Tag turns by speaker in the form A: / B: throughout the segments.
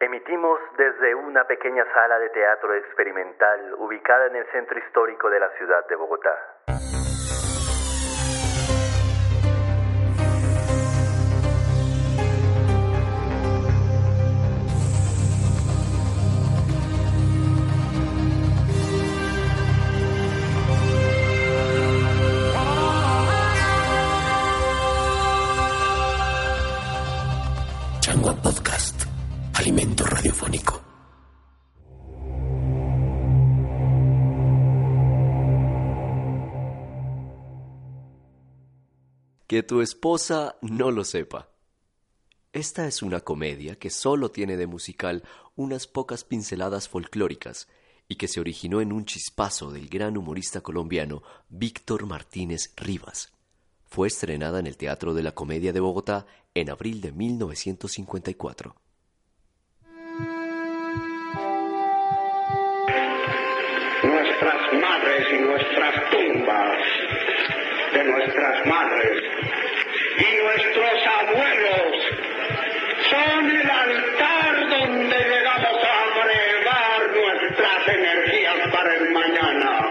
A: Emitimos desde una pequeña sala de teatro experimental ubicada en el centro histórico de la ciudad de Bogotá.
B: Changua Podcast, alimento radiofónico. Que tu esposa no lo sepa. Esta es una comedia que solo tiene de musical unas pocas pinceladas folclóricas y que se originó en un chispazo del gran humorista colombiano Víctor Martínez Rivas fue estrenada en el Teatro de la Comedia de Bogotá en abril de 1954.
C: Nuestras madres y nuestras tumbas de nuestras madres y nuestros abuelos son el altar donde llegamos a brevar nuestras energías para el mañana.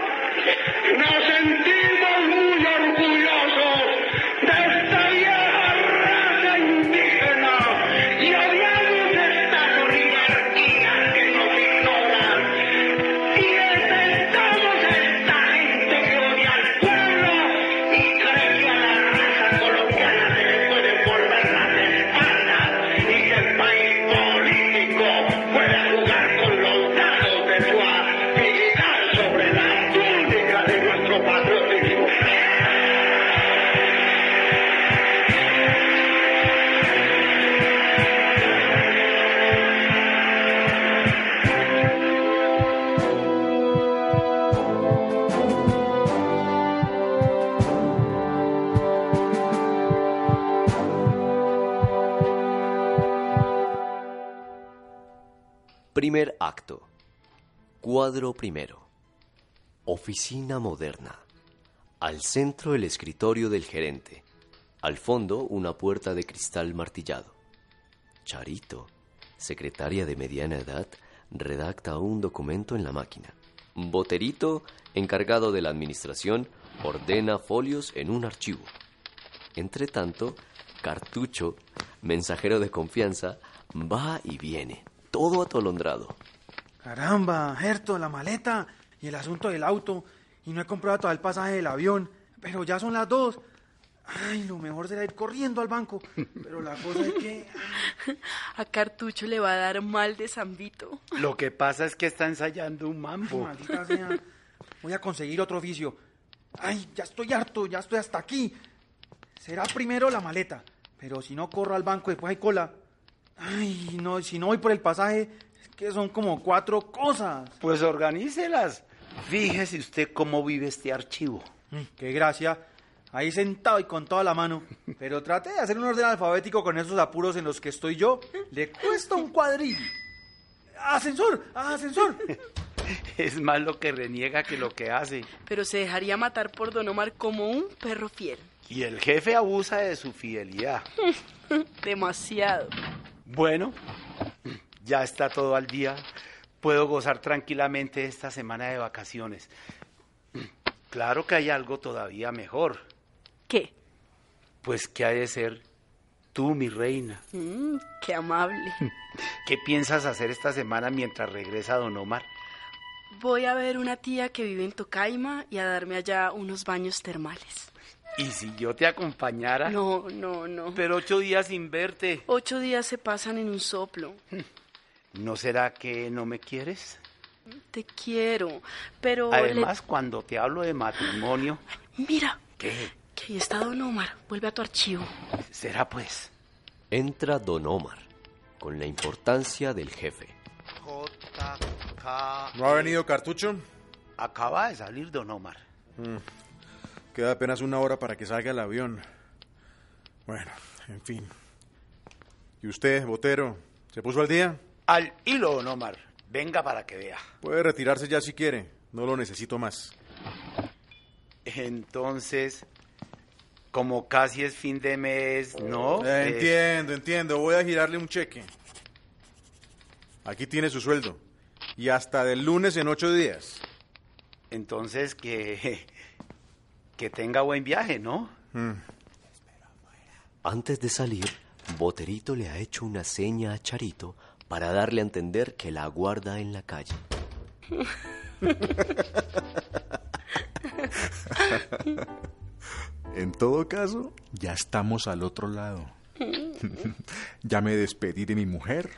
C: Nos sentimos muy orgullosos de esta vieja raza indígena y odiamos estas oligarquías que nos ignoran. Y detestamos a esta gente que odia al pueblo y cree que a la raza colombiana se le pueden volver las espaldas y que el país político pueda jugar con los dados de su habilidad sobre la túnica de nuestro patriotismo.
B: Primer acto. Cuadro primero. Oficina moderna. Al centro el escritorio del gerente. Al fondo una puerta de cristal martillado. Charito, secretaria de mediana edad, redacta un documento en la máquina. Boterito, encargado de la administración, ordena folios en un archivo. Entre tanto, Cartucho, mensajero de confianza, va y viene, todo atolondrado.
D: Caramba, Gerto, la maleta y el asunto del auto. Y no he comprado todavía el pasaje del avión. Pero ya son las dos. Ay, lo mejor será ir corriendo al banco. Pero la cosa es que...
E: A Cartucho le va a dar mal de zambito.
F: Lo que pasa es que está ensayando un
D: ay,
F: mambo.
D: maldita sea. Voy a conseguir otro oficio. Ay, ya estoy harto, ya estoy hasta aquí. Será primero la maleta. Pero si no corro al banco, después hay cola. Ay, no, si no voy por el pasaje, es que son como cuatro cosas.
F: Pues organícelas. Fíjese usted cómo vive este archivo.
D: Mm, Qué gracia. Ahí sentado y con toda la mano. Pero trate de hacer un orden alfabético con esos apuros en los que estoy yo. Le cuesta un cuadril. ¡Ascensor! ¡Ascensor!
F: Es más lo que reniega que lo que hace.
E: Pero se dejaría matar por Don Omar como un perro fiel.
F: Y el jefe abusa de su fidelidad.
E: Demasiado.
F: Bueno, ya está todo al día. Puedo gozar tranquilamente esta semana de vacaciones. Claro que hay algo todavía mejor.
E: ¿Qué?
F: Pues que ha de ser tú, mi reina.
E: Mm, qué amable.
F: ¿Qué piensas hacer esta semana mientras regresa don Omar?
E: Voy a ver una tía que vive en Tocaima y a darme allá unos baños termales.
F: ¿Y si yo te acompañara?
E: No, no, no.
F: Pero ocho días sin verte.
E: Ocho días se pasan en un soplo.
F: ¿No será que no me quieres?
E: Te quiero, pero... le-
F: Además, cuando te hablo de matrimonio,
E: Mira,
F: ¿qué
E: que ahí está Don Omar. Vuelve a tu archivo.
F: será pues?
B: Entra Don Omar, con la importancia del jefe.
F: JK.
G: ¿No ha venido cartucho? Mm.
F: Acaba de salir don Omar.
G: Queda apenas una hora para que salga el avión. Bueno, en fin. ¿Y usted, Botero? ¿Se puso al día?
F: Al hilo, don Omar. Venga para que vea.
G: Puede retirarse ya si quiere. No lo necesito más.
F: Entonces, como casi es fin de mes, ¿no?
G: Eh,
F: Eh,
G: entiendo, entiendo. Voy a girarle un cheque. Aquí tiene su sueldo. Y hasta del lunes en ocho días.
F: Entonces, que, que tenga buen viaje, ¿no?
B: Antes de salir, Boterito le ha hecho una seña a Charito para darle a entender que la aguarda en la calle.
H: En todo caso, ya estamos al otro lado. ya me despedí de mi mujer.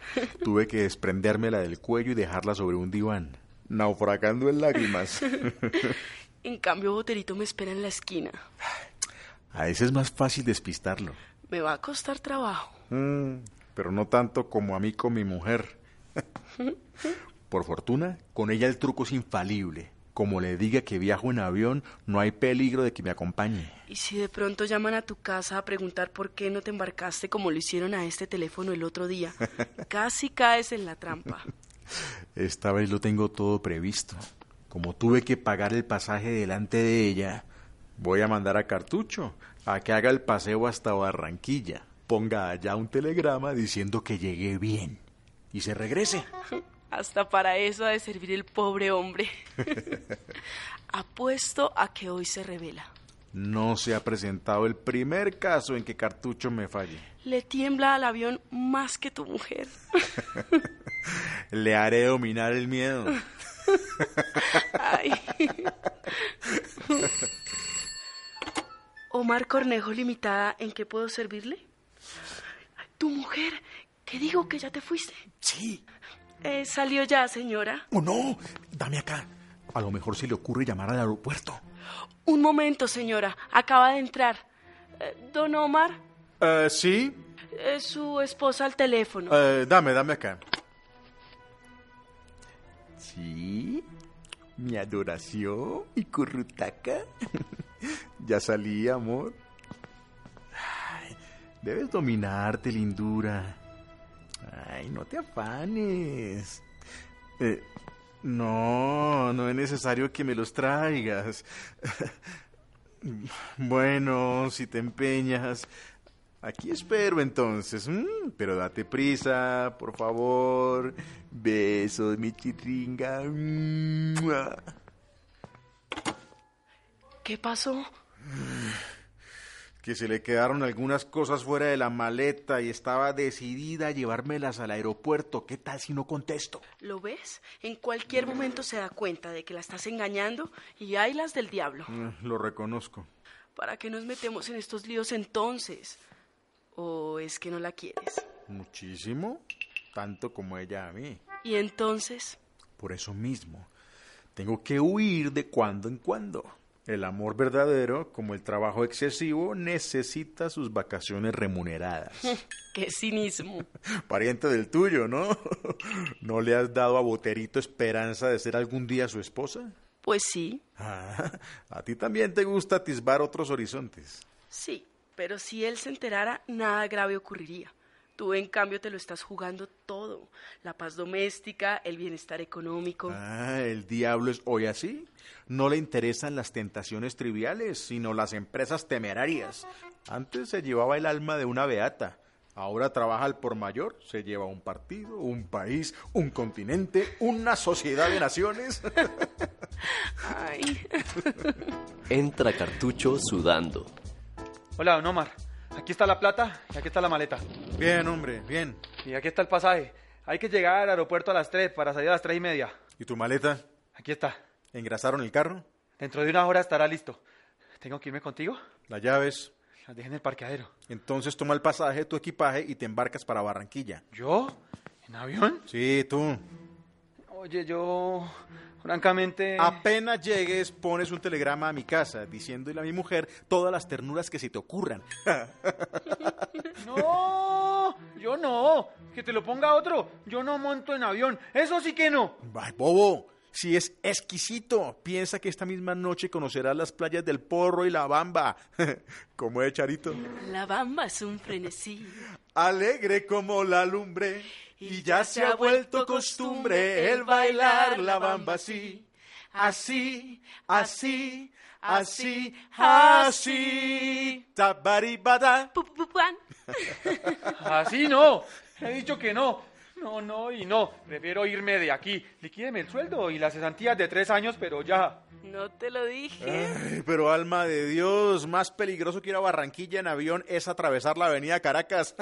H: Tuve que desprendérmela del cuello y dejarla sobre un diván, naufragando en lágrimas.
E: En cambio, Boterito me espera en la esquina.
H: A veces es más fácil despistarlo,
E: Me va a costar trabajo.
H: Mm, pero no tanto como a mí con mi mujer. Por fortuna, con ella el truco es infalible. Como le diga que viajo en avión, no hay peligro de que me acompañe.
E: Y si de pronto llaman a tu casa a preguntar por qué no te embarcaste como lo hicieron a este teléfono el otro día, casi caes en la trampa.
H: Esta vez lo tengo todo previsto. Como tuve que pagar el pasaje delante de ella, voy a mandar a Cartucho a que haga el paseo hasta Barranquilla. Ponga allá un telegrama diciendo que llegué bien y se regrese.
E: Hasta para eso ha de servir el pobre hombre. Apuesto a que hoy se revela.
H: No se ha presentado el primer caso en que Cartucho me falle.
E: Le tiembla al avión más que tu mujer.
H: Le haré dominar el miedo.
E: Ay. Omar Cornejo Limitada, ¿en qué puedo servirle? Tu mujer, que digo que ya te fuiste.
H: Sí,
E: Eh, salió ya, señora.
H: o Oh, no, dame acá. A lo mejor se le ocurre llamar al aeropuerto.
E: Un momento, señora. Acaba de entrar. Eh, don Omar,
G: Eh, sí.
E: eh, su esposa al teléfono.
G: Eh, dame, dame acá.
H: Sí, mi adoración y currutaca. ya salí, amor. Ay, debes dominarte, lindura. Ay, no te afanes. Eh,
G: No, no es necesario que me los traigas. bueno, si te empeñas. Aquí espero entonces. mm, pero date prisa, por favor.
H: besos, mi chirringa. Mua.
E: ¿Qué pasó?
G: que se le quedaron algunas cosas fuera de la maleta y estaba decidida a llevármelas al aeropuerto. ¿Qué tal si no contesto?
E: ¿Lo ves? En cualquier momento se da cuenta de que la estás engañando y hay las del diablo.
G: Mm, Lo reconozco.
E: ¿Para qué nos metemos en estos líos entonces? ¿O es que no la quieres?
G: Muchísimo, tanto como ella a mí.
E: Y entonces,
H: Por eso mismo, tengo que huir de cuando en cuando.
G: El amor verdadero, como el trabajo excesivo, necesita sus vacaciones remuneradas.
E: qué cinismo.
G: Pariente del tuyo, ¿no? ¿No le has dado a Boterito esperanza de ser algún día su esposa?
E: Pues sí,
G: Ah, a ti también te gusta atisbar otros horizontes.
E: sí, pero si él se enterara, nada grave ocurriría. Tú, en cambio, te lo estás jugando todo. La paz doméstica, el bienestar económico.
G: Ah, el diablo es hoy así. No le interesan las tentaciones triviales, sino las empresas temerarias. Antes se llevaba el alma de una beata. Ahora trabaja al por mayor, se lleva un partido, un país, un continente, una sociedad de naciones.
E: Ay.
B: Entra Cartucho sudando.
D: Hola, don Omar. Aquí está la plata y aquí está la maleta.
G: Bien, hombre, bien.
D: Y aquí está el pasaje. Hay que llegar al aeropuerto a las 3 para salir a las 3 y media.
G: ¿Y tu maleta?
D: Aquí está.
G: ¿Engrasaron el carro?
D: Dentro de una hora estará listo. ¿Tengo que irme contigo?
G: ¿Las llaves?
D: Las dejé en el parqueadero.
G: Entonces toma el pasaje, tu equipaje y te embarcas para Barranquilla.
D: ¿Yo? ¿En avión?
G: Sí, tú.
D: Oye, yo... Francamente.
G: Apenas llegues, pones un telegrama a mi casa diciéndole a mi mujer todas las ternuras que se te ocurran.
D: ¡No! Yo no. Que te lo ponga otro. Yo no monto en avión. Eso sí que no.
G: ¡Ay, bobo! Si es exquisito, piensa que esta misma noche conocerás las playas del Porro y la Bamba. como es, Charito?
E: La bamba es un frenesí.
G: Alegre como la lumbre, y ya se ha vuelto costumbre el bailar la Bamba así. Así, así, así, así. Tabaribada.
E: Pu- pu- puan.
D: Así no. He dicho que no. No, no y no. Prefiero irme de aquí. Liquídeme el sueldo y las cesantías de tres años, pero ya.
E: No te lo dije.
G: Ay, pero alma de Dios, más peligroso que ir a Barranquilla en avión es atravesar la avenida Caracas.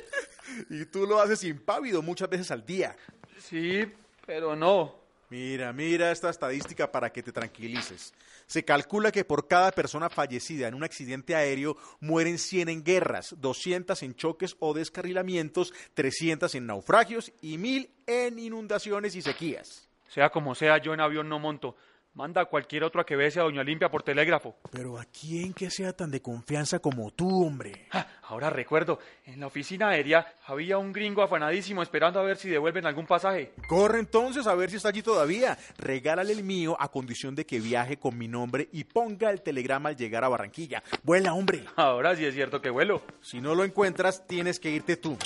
G: y tú lo haces impávido muchas veces al día.
D: Sí, pero no.
G: Mira, mira esta estadística para que te tranquilices. Se calcula que por cada persona fallecida en un accidente aéreo mueren 100 en guerras, 200 en choques o descarrilamientos, 300 en naufragios y 1000 en inundaciones y sequías.
D: Sea como sea, yo en avión no monto. Manda a cualquier otro a que bese a Doña Limpia por telégrafo.
G: Pero ¿a quién que sea tan de confianza como tú, hombre?
D: Ah, ahora recuerdo, en la oficina aérea había un gringo afanadísimo esperando a ver si devuelven algún pasaje.
G: Corre entonces a ver si está allí todavía. Regálale el mío a condición de que viaje con mi nombre y ponga el telegrama al llegar a Barranquilla. Vuela, hombre.
D: Ahora sí es cierto que vuelo.
G: Si no lo encuentras, tienes que irte tú.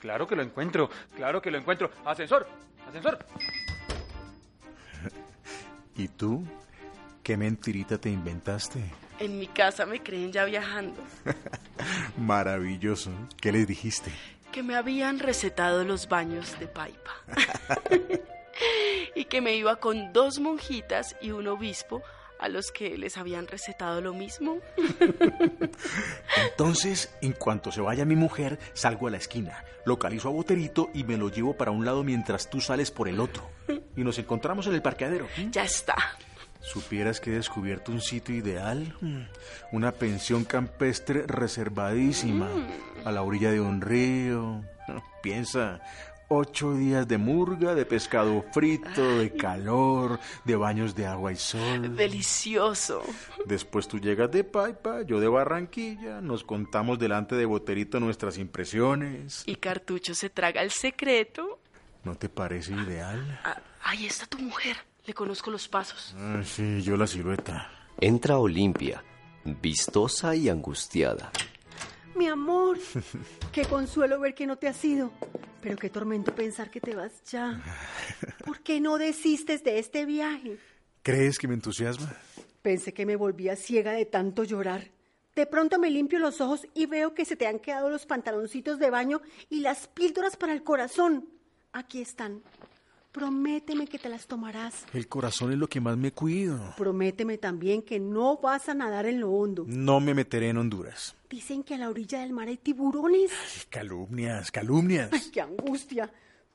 D: Claro que lo encuentro, claro que lo encuentro. Ascensor, ascensor.
H: ¿Y tú? ¿Qué mentirita te inventaste?
E: En mi casa me creen ya viajando.
H: Maravilloso. ¿Qué les dijiste?
E: que me habían recetado los baños de Paipa y que me iba con dos monjitas y un obispo a los que les habían recetado lo mismo.
H: Entonces, en cuanto se vaya mi mujer, salgo a la esquina, localizo a Boterito y me lo llevo para un lado mientras tú sales por el otro. Y nos encontramos en el parqueadero.
E: Ya está.
H: Supieras que he descubierto un sitio ideal, Mm, una pensión campestre reservadísima,
E: Mm.
H: a la orilla de un río. Piensa, ocho días de murga, de pescado frito, de calor, de baños de agua y sol.
E: Delicioso.
H: Después tú llegas de Paipa, yo de Barranquilla, nos contamos delante de Boterito nuestras impresiones.
E: Y Cartucho se traga el secreto.
H: ¿No te parece ideal?
E: Ah, ahí está tu mujer. Le conozco los pasos.
H: Ah, sí, yo la silueta.
B: Entra Olimpia, vistosa y angustiada.
I: Mi amor, qué consuelo ver que no te has ido, pero qué tormento pensar que te vas ya. ¿Por qué no desistes de este viaje?
H: ¿Crees que me entusiasma?
I: Pensé que me volvía ciega de tanto llorar. De pronto me limpio los ojos y veo que se te han quedado los pantaloncitos de baño y las píldoras para el corazón. Aquí están. Prométeme que te las tomarás.
H: El corazón es lo que más me cuido.
I: Prométeme también que no vas a nadar en lo hondo.
H: No me meteré en Honduras.
I: Dicen que a la orilla del mar hay tiburones.
H: Calumnias, calumnias.
I: Ay, qué angustia.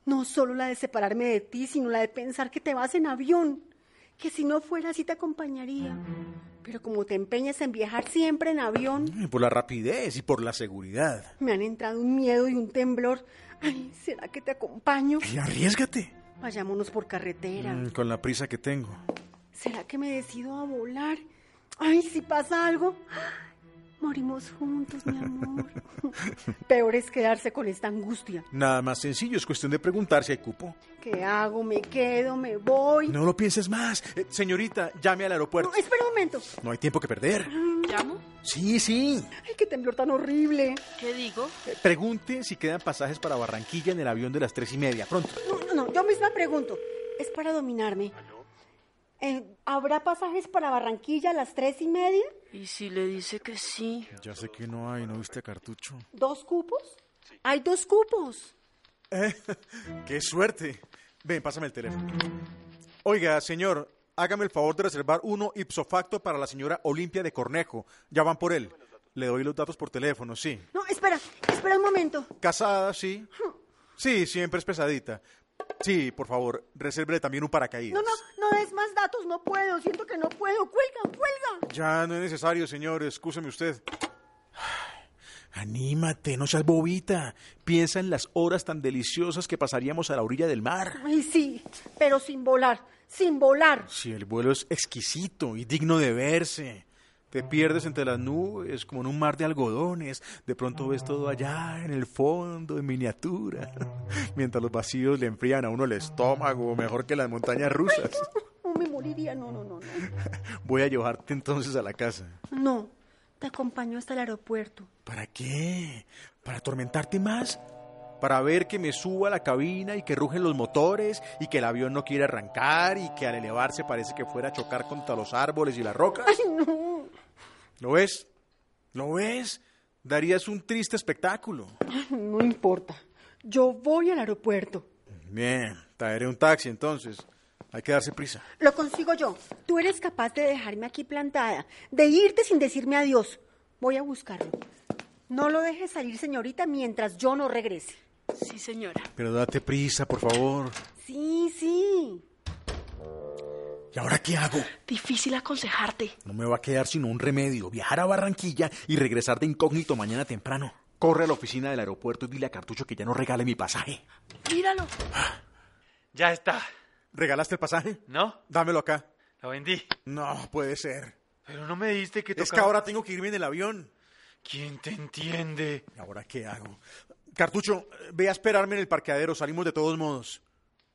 I: No solo la de separarme de ti, sino la de pensar que te vas en avión. Que si no fuera así te acompañaría. Pero como te empeñas en viajar siempre en avión,
H: Mm, Por la rapidez y por la seguridad.
I: me han entrado un miedo y un temblor. Ay, ¿será que te acompaño?
H: Ay, arriesgate.
I: Vayámonos por carretera.
H: Mm, Con la prisa que tengo.
I: ¿Será que me decido a volar? Ay, si pasa algo. Morimos juntos, mi amor. Peor es quedarse con esta angustia.
H: Nada más sencillo, es cuestión de preguntar si hay cupo.
I: ¿Qué hago? ¿Me quedo? ¿Me voy?
H: No lo pienses más. Eh, señorita, llame al aeropuerto.
I: No, espera un momento.
H: No hay tiempo que perder.
E: ¿Llamo?
H: Sí, sí.
I: Ay, qué temblor tan horrible.
E: ¿Qué digo?
H: Eh, Pregunte si quedan pasajes para Barranquilla en el avión de las tres y media. Pronto.
I: No, no, no, yo misma pregunto. Es para dominarme. Eh, ¿Habrá pasajes para Barranquilla a las tres y media?
E: ¿Y si le dice que sí?
H: Ya sé que no hay, ¿no viste cartucho?
I: ¿Dos cupos? Hay dos cupos.
H: ¡Qué suerte! Ven, pásame el teléfono. Oiga, señor, hágame el favor de reservar uno ipso facto para la señora Olimpia de Cornejo. Ya van por él. Le doy los datos por teléfono, sí.
I: No, espera, espera un momento.
H: Casada, sí. Sí, siempre es pesadita. Sí, por favor, resérvele también un
I: No,
H: paracaídas.
I: no, no des más datos, no puedo, siento que no puedo. ¡Cuelga, cuelga!
H: Ya no es necesario, señor, excúseme usted. Anímate, no seas bobita. Piensa en las horas tan deliciosas que pasaríamos a la orilla del mar.
I: Ay, sí, pero sin volar, sin volar.
H: Si el vuelo es exquisito y digno de verse. Te pierdes entre las nubes, como en un mar de algodones. De pronto ves todo allá, en el fondo, en miniatura. Mientras los vacíos le enfrían a uno el estómago, mejor que las montañas rusas.
I: No me moriría, no, no, no, no.
H: Voy a llevarte entonces a la casa.
I: No, te acompaño hasta el aeropuerto.
H: ¿Para qué? ¿Para atormentarte más? ¿Para ver que me suba a la cabina y que rugen los motores y que el avión no quiere arrancar y que al elevarse parece que fuera a chocar contra los árboles y las rocas?
I: Ay, no.
H: ¿Lo ves? ¿Lo ves? Darías un triste espectáculo.
I: No importa. Yo voy al aeropuerto.
H: Bien, traeré un taxi entonces. Hay que darse prisa.
I: Lo consigo yo. Tú eres capaz de dejarme aquí plantada, de irte sin decirme adiós. Voy a buscarlo. No lo dejes salir, señorita, mientras yo no regrese.
E: Sí, señora.
H: Pero date prisa, por favor.
I: Sí, sí.
H: ¿Y ahora qué hago?
E: Difícil aconsejarte.
H: No me va a quedar sino un remedio, viajar a Barranquilla y regresar de incógnito mañana temprano. Corre a la oficina del aeropuerto y dile a Cartucho que ya no regale mi pasaje.
E: Míralo.
F: Ya está,
H: ¿Regalaste el pasaje?
F: ¿no?
H: Dámelo acá.
F: Lo vendí.
H: No, puede ser.
F: Pero no me diste que
H: Es que
F: tocaba-
H: ahora tengo que irme en el avión.
F: ¿Quién te entiende?
H: ¿Y ahora qué hago? Cartucho, ve a esperarme en el parqueadero, salimos de todos modos.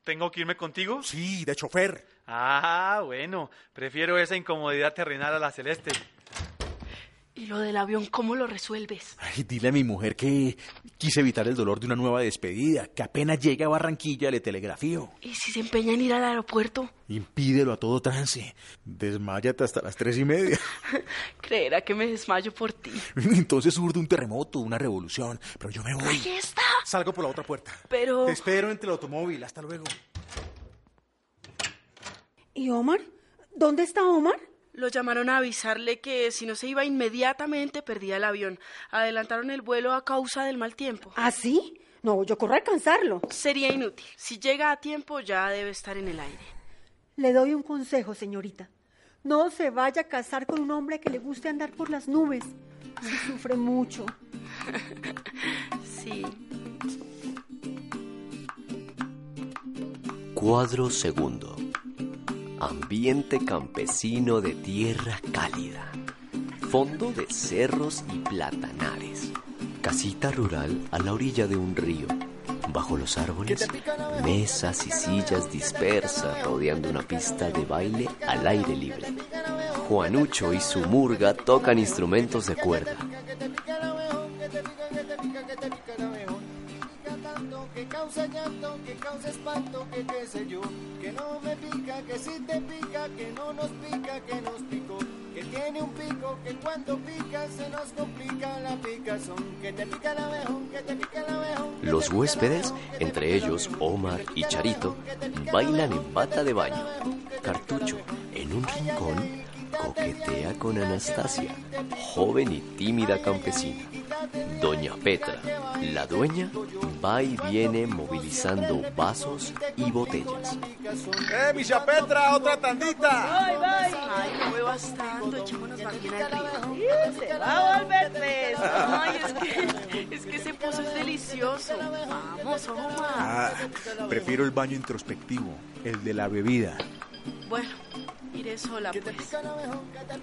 F: ¿Tengo que irme contigo?
H: Sí, de chofer.
F: Ah, bueno. Prefiero esa incomodidad terrenal a la celeste.
E: ¿Y lo del avión cómo lo resuelves?
H: Ay, dile a mi mujer que quise evitar el dolor de una nueva despedida, que apenas llegue a Barranquilla le telegrafío.
E: ¿Y si se empeña en ir al aeropuerto?
H: Impídelo a todo trance. Desmáyate hasta las tres y media.
E: Creerá que me desmayo por ti.
H: Entonces urde un terremoto, una revolución. Pero yo me voy.
E: ¡Ahí está!
H: Salgo por la otra puerta.
E: Pero-
H: Te espero entre el automóvil. Hasta luego.
I: ¿Y Omar? ¿Dónde está Omar?
E: Lo llamaron a avisarle que si no se iba inmediatamente perdía el avión. Adelantaron el vuelo a causa del mal tiempo.
I: ¿Ah, sí? No, yo corro a alcanzarlo.
E: Sería inútil. Si llega a tiempo ya debe estar en el aire.
I: Le doy un consejo, señorita. No se vaya a casar con un hombre que le guste andar por las nubes. Se sufre mucho.
E: Sí.
B: Cuadro segundo. Ambiente campesino de tierra cálida. Fondo de cerros y platanares. Casita rural a la orilla de un río. Bajo los árboles, mesas y sillas dispersas rodeando una pista de baile al aire libre. Juanucho y su murga tocan instrumentos de cuerda. Los huéspedes, entre ellos Omar y Charito, bailan en bata de baño. Cartucho, en un rincón, coquetea con Anastasia, joven y tímida campesina. Doña Petra, la dueña, va y viene movilizando vasos y botellas.
H: ¡Eh, misa Petra! ¡Otra tandita!
E: ¡Ay, no me vas tanto. Echémonos más bien al río.
J: Se va a volver tres.
E: Ay, es que, es que ese pozo es delicioso. Vamos, Omar.
H: Ah, prefiero el baño introspectivo, el de la bebida.
E: Bueno, iré sola pues.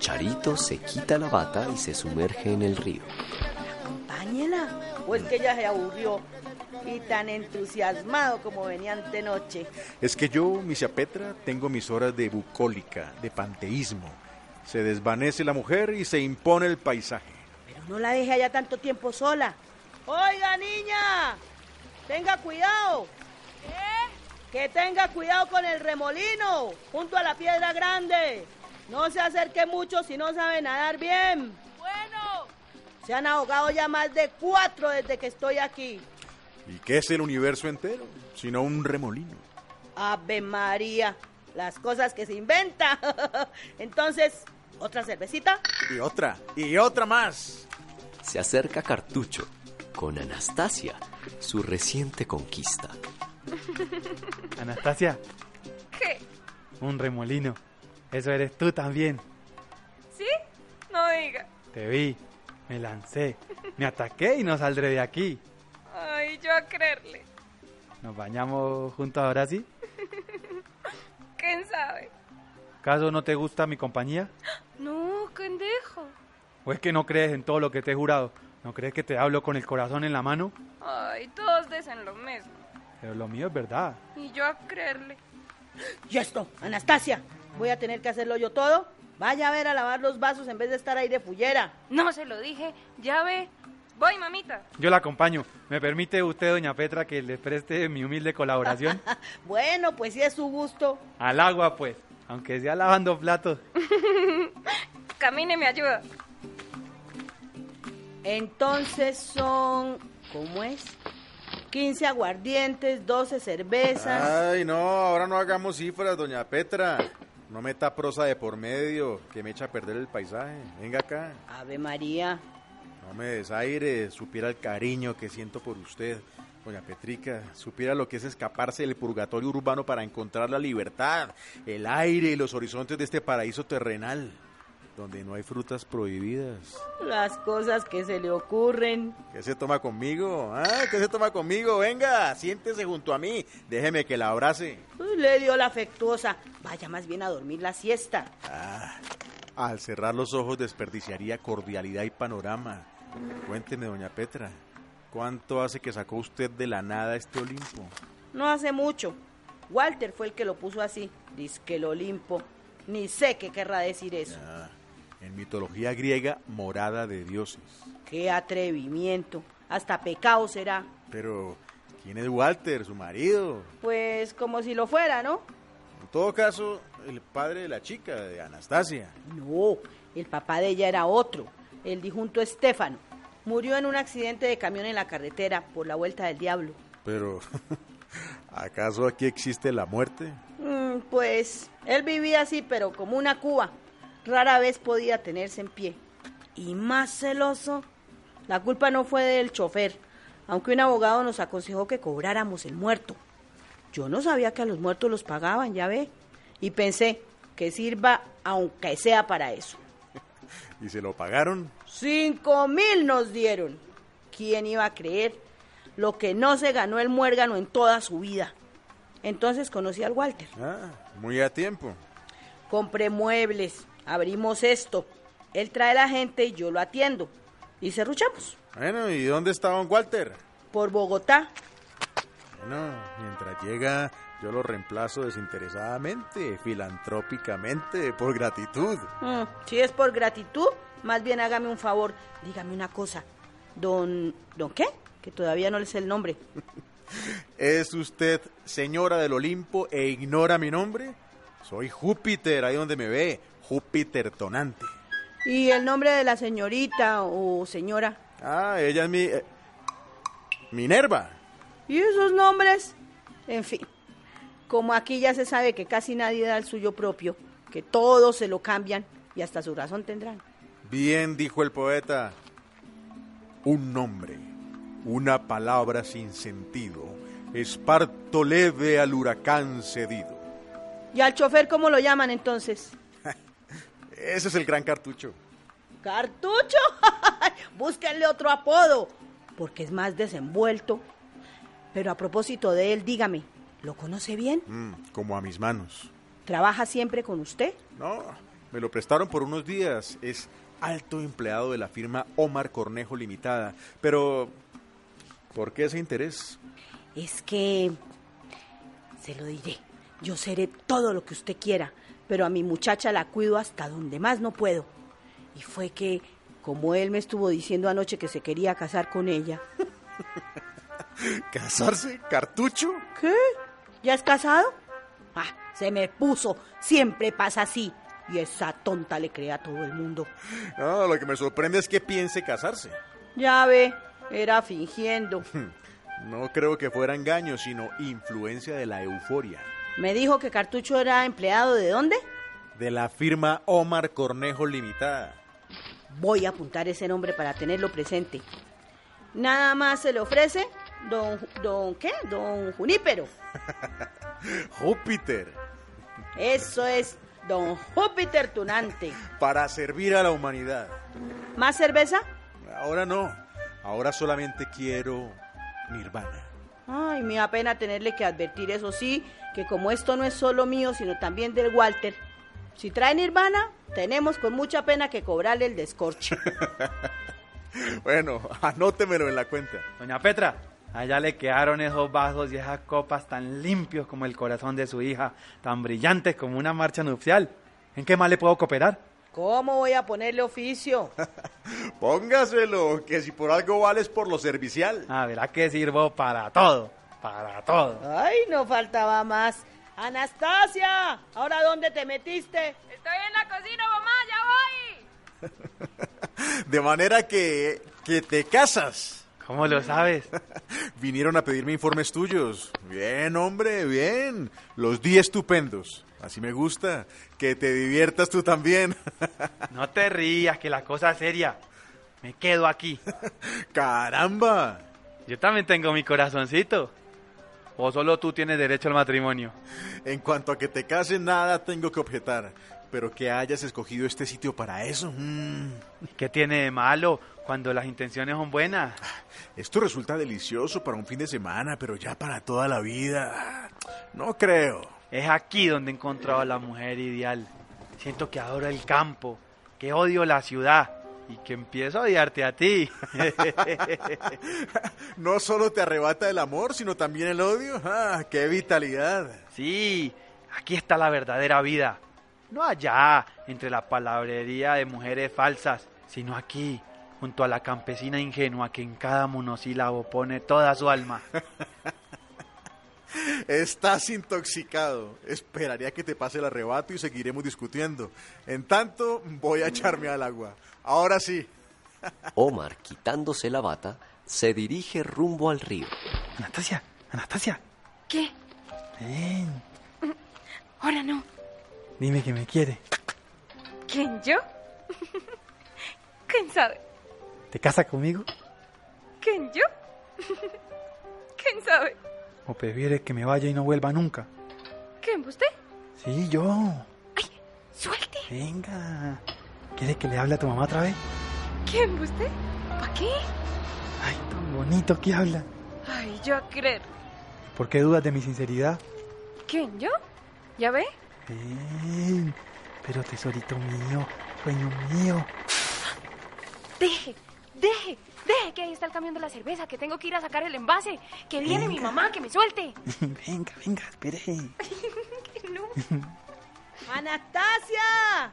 B: Charito se quita la bata y se sumerge en el río.
J: Acompáñela. O es pues que ya se aburrió. Y tan entusiasmado como venía ante noche.
H: Es que yo, misa Petra, tengo mis horas de bucólica, de panteísmo. Se desvanece la mujer y se impone el paisaje.
J: Pero no la deje allá tanto tiempo sola. Oiga, niña. Tenga cuidado. Que tenga cuidado con el remolino, junto a la piedra grande. No se acerque mucho si no sabe nadar bien. Bueno. Se han ahogado ya más de cuatro desde que estoy aquí.
H: ¿Y qué es el universo entero? Sino un remolino.
J: Ave María, las cosas que se inventa. Entonces, ¿otra cervecita?
H: Y otra, y otra más.
B: Se acerca Cartucho con Anastasia, su reciente conquista.
F: Anastasia,
K: ¿Qué?
F: un remolino. Eso eres tú también.
K: ¿Sí? No diga.
F: Te vi.
D: Me lancé, me ataqué y no saldré de aquí.
K: Ay, yo a creerle.
D: ¿Nos bañamos juntos ahora sí?
K: ¿Quién sabe?
D: ¿Caso no te gusta mi compañía?
K: No, pendejo.
D: ¿O es que no crees en todo lo que te he jurado? ¿No crees que te hablo con el corazón en la mano?
K: Ay, todos dicen lo mismo.
D: Pero lo mío es verdad.
K: Y yo a creerle.
J: Y esto, Anastasia, voy a tener que hacerlo yo todo. Vaya a ver a lavar los vasos en vez de estar ahí de fullera.
K: No se lo dije. Ya ve. Voy, mamita.
D: Yo la acompaño. ¿Me permite usted, doña Petra, que le preste mi humilde colaboración?
J: Bueno, pues sí es su gusto.
D: Al agua, pues. Aunque sea lavando platos.
K: Camine, me ayuda.
J: Entonces son, ¿cómo es? 15 aguardientes, 12 cervezas.
H: Ay, no, ahora no hagamos cifras, doña Petra. No meta prosa de por medio, que me echa a perder el paisaje. Venga acá.
J: Ave María.
H: No me desaire, supiera el cariño que siento por usted, doña Petrica, supiera lo que es escaparse del purgatorio urbano para encontrar la libertad, el aire y los horizontes de este paraíso terrenal, donde no hay frutas prohibidas.
J: Las cosas que se le ocurren.
H: ¿Qué se toma conmigo? ¿Ah? ¿Qué se toma conmigo? Venga, siéntese junto a mí, déjeme que la abrace.
J: Uy, Le dio la afectuosa. Vaya más bien a dormir la siesta.
H: Ah, al cerrar los ojos desperdiciaría cordialidad y panorama. Cuénteme, doña Petra, ¿cuánto hace que sacó usted de la nada este Olimpo?
J: No hace mucho. Walter fue el que lo puso así. Dice que el Olimpo. Ni sé qué querrá decir eso.
H: Ah, en mitología griega, morada de dioses.
J: Qué atrevimiento. Hasta pecado será.
H: Pero, ¿quién es Walter, su marido?
J: Pues como si lo fuera, ¿no?
H: En todo caso, el padre de la chica, de Anastasia.
J: No, el papá de ella era otro, el disjunto Estefano. Murió en un accidente de camión en la carretera por la vuelta del diablo.
H: Pero, ¿acaso aquí existe la muerte?
J: Mm, pues él vivía así, pero como una cuba. Rara vez podía tenerse en pie. Y más celoso. La culpa no fue del chofer, aunque un abogado nos aconsejó que cobráramos el muerto. Yo no sabía que a los muertos los pagaban, ya ve. Y pensé que sirva aunque sea para eso.
H: ¿Y se lo pagaron?
J: Cinco mil nos dieron. ¿Quién iba a creer lo que no se ganó el muérgano en toda su vida? Entonces conocí al Walter.
H: Ah, muy a tiempo.
J: Compré muebles, abrimos esto. Él trae la gente y yo lo atiendo. Y cerruchamos.
H: Bueno, ¿y dónde está don Walter?
J: Por Bogotá.
H: Bueno, mientras llega, yo lo reemplazo desinteresadamente, filantrópicamente, por gratitud.
J: Mm, si es por gratitud, más bien hágame un favor. Dígame una cosa. Don... ¿Don qué? Que todavía no le sé el nombre.
H: ¿Es usted señora del Olimpo e ignora mi nombre? Soy Júpiter, ahí donde me ve, Júpiter tonante.
J: ¿Y el nombre de la señorita o señora?
H: Ah, ella es mi... eh, Minerva.
J: ¿Y esos nombres? En fin, como aquí ya se sabe que casi nadie da el suyo propio, que todos se lo cambian y hasta su razón tendrán.
H: Bien dijo el poeta, un nombre, una palabra sin sentido, esparto leve al huracán cedido.
J: ¿Y al chofer cómo lo llaman entonces?
H: Ese es el gran cartucho.
J: ¡Cartucho! Búsquenle otro apodo, porque es más desenvuelto. Pero a propósito de él, dígame, ¿lo conoce bien?
H: Mm, como a mis manos.
J: ¿Trabaja siempre con usted?
H: No, me lo prestaron por unos días. Es alto empleado de la firma Omar Cornejo Limitada. Pero, ¿por qué ese interés?
J: Es que... Se lo diré. Yo seré todo lo que usted quiera, pero a mi muchacha la cuido hasta donde más no puedo. Y fue que, como él me estuvo diciendo anoche que se quería casar con ella.
H: ¿Casarse? ¿Cartucho?
J: ¿Qué? ¿Ya es casado? Ah, se me puso. Siempre pasa así. Y esa tonta le cree a todo el mundo.
H: No, lo que me sorprende es que piense casarse.
J: Ya ve, era fingiendo.
H: No creo que fuera engaño, sino influencia de la euforia.
J: Me dijo que Cartucho era empleado de dónde?
H: De la firma Omar Cornejo Limitada.
J: Voy a apuntar ese nombre para tenerlo presente. Nada más se le ofrece don, don ¿qué? Don Junípero.
H: Júpiter,
J: Eso es don Júpiter Tunante.
H: para servir a la humanidad.
J: ¿Más cerveza?
H: Ahora no. Ahora solamente quiero Nirvana.
J: Ay, me da pena tenerle que advertir eso sí, que como esto no es solo mío, sino también del Walter. Si traen Nirvana, tenemos con mucha pena que cobrarle el descorche.
H: Bueno, anótemelo en la cuenta.
D: Doña Petra, allá le quedaron esos vasos y esas copas tan limpios como el corazón de su hija, tan brillantes como una marcha nupcial. ¿En qué más le puedo cooperar?
J: ¿Cómo voy a ponerle oficio?
H: Póngaselo, que si por algo vales por lo servicial.
D: Ah, verá que sirvo para todo, para todo.
J: Ay, no faltaba más. Anastasia, ¿ahora dónde te metiste?
K: Estoy en la cocina, mamá, ya voy.
H: De manera que, que te casas.
D: ¿Cómo lo sabes?
H: Vinieron a pedirme informes tuyos. Bien, hombre, bien. Los di estupendos. Así me gusta. Que te diviertas tú también.
D: No te rías, que la cosa es seria. Me quedo aquí.
H: Caramba.
D: Yo también tengo mi corazoncito. O solo tú tienes derecho al matrimonio.
H: En cuanto a que te cases, nada tengo que objetar. Pero que hayas escogido este sitio para eso. mm.
D: ¿Qué tiene de malo cuando las intenciones son buenas?
H: Esto resulta delicioso para un fin de semana, pero ya para toda la vida. No creo.
D: Es aquí donde he encontrado a la mujer ideal. Siento que adoro el campo, que odio la ciudad y que empiezo a odiarte a ti.
H: No solo te arrebata el amor, sino también el odio. ¡Ah, qué vitalidad!
D: sí, aquí está la verdadera vida. No allá, entre la palabrería de mujeres falsas, sino aquí, junto a la campesina ingenua que en cada monosílabo pone toda su alma.
H: Estás intoxicado. Esperaría que te pase el arrebato y seguiremos discutiendo. En tanto, voy a echarme al agua. Ahora sí.
B: Omar, quitándose la bata, se dirige rumbo al río.
D: Anastasia, Anastasia,
L: ¿Qué?
D: ven,
L: Ahora no.
D: dime que me quiere.
K: ¿Quién yo? ¿Quién sabe?
D: ¿Te casa conmigo
K: ¿Quién yo? ¿Quién sabe?
D: o prefiere que me vaya y no vuelva nunca?
K: ¿Quién usted?
D: Sí, yo.
K: Suelte.
D: Venga. ¿Quieres que le hable a tu mamá otra vez?
K: ¿Quién usted? ¿Para qué?
D: Ay, tan bonito que habla.
K: Ay, yo a creer.
D: ¿Por qué dudas de mi sinceridad?
K: ¿Quién yo? ¿Ya ve?
D: Ven, pero tesorito mío, sueño mío.
L: Deje, deje, deje que ahí está el camión de la cerveza, que tengo que ir a sacar el envase, que viene mi
D: Venga.
L: mamá, que me suelte.
D: venga, venga, espere.
J: ¡Anastasia!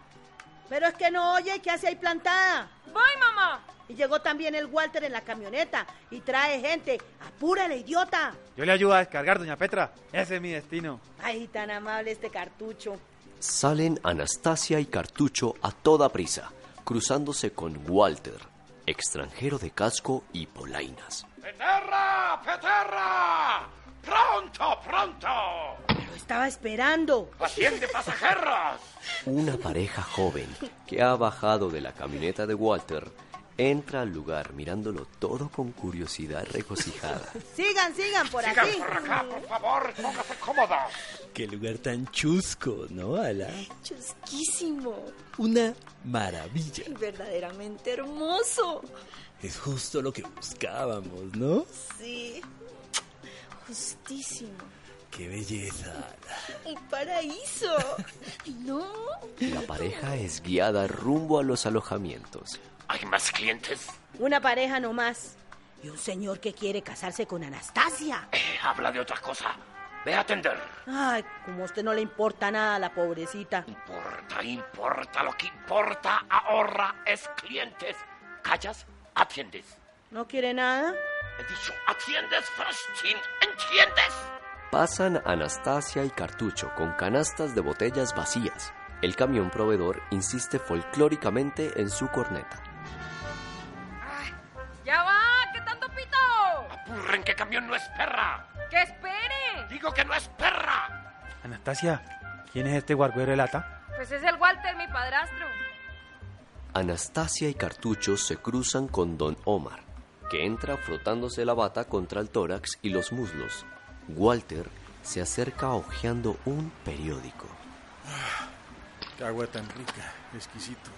J: Pero es que no oye, ¿qué hace ahí plantada?
K: ¡Voy, mamá!
J: Y llegó también el Walter en la camioneta y trae gente. ¡Apúrale, idiota!
D: Yo le ayudo a descargar, doña Petra. Ese es mi destino.
J: Ay, tan amable este cartucho.
B: Salen Anastasia y Cartucho a toda prisa, cruzándose con Walter, extranjero de casco y polainas.
C: ¡Peterra! ¡Peterra! ¡Pronto, pronto!
J: Lo estaba esperando.
C: ¡Atiende pasajeros!
B: Una pareja joven que ha bajado de la camioneta de Walter entra al lugar mirándolo todo con curiosidad regocijada.
J: Sigan, sigan por
C: Sigan
J: aquí.
C: por acá, por favor, póngase cómodos.
M: Qué lugar tan chusco, ¿no, Ala?
L: Chusquísimo,
M: Una maravilla.
L: y verdaderamente hermoso.
M: Es justo lo que buscábamos, ¿no?
L: Sí, justísimo.
M: Qué belleza.
L: Un paraíso. Ay, no.
B: La pareja es guiada rumbo a los alojamientos.
C: ¿Hay más clientes?
J: Una pareja nomás. Y un señor que quiere casarse con Anastasia.
C: habla de otra cosa. Ve a atender.
J: Ay, como a usted no le importa nada a la pobrecita.
C: Importa, importa. Lo que importa ahora es clientes. ¿Callas? Atiendes.
J: ¿No quiere nada?
C: He dicho, atiendes, Frostin. ¿Entiendes?
B: Pasan Anastasia y Cartucho con canastas de botellas vacías. El camión proveedor insiste folclóricamente en su corneta.
K: ¡Ya va! ¡Qué tanto
D: Ah,
K: pito!
D: pues.
C: Apurren que camión no es perra.
K: ¡Que espere!
C: Digo que no es perra.
D: Anastasia, ¿quién es este guarguero de lata?
K: Pues es el Walter, mi padrastro.
B: Anastasia y Cartucho se cruzan con Don Omar, que entra frotándose la bata contra el tórax y los muslos. Walter se acerca hojeando un periódico.
H: Qué agua tan rica, exquisito.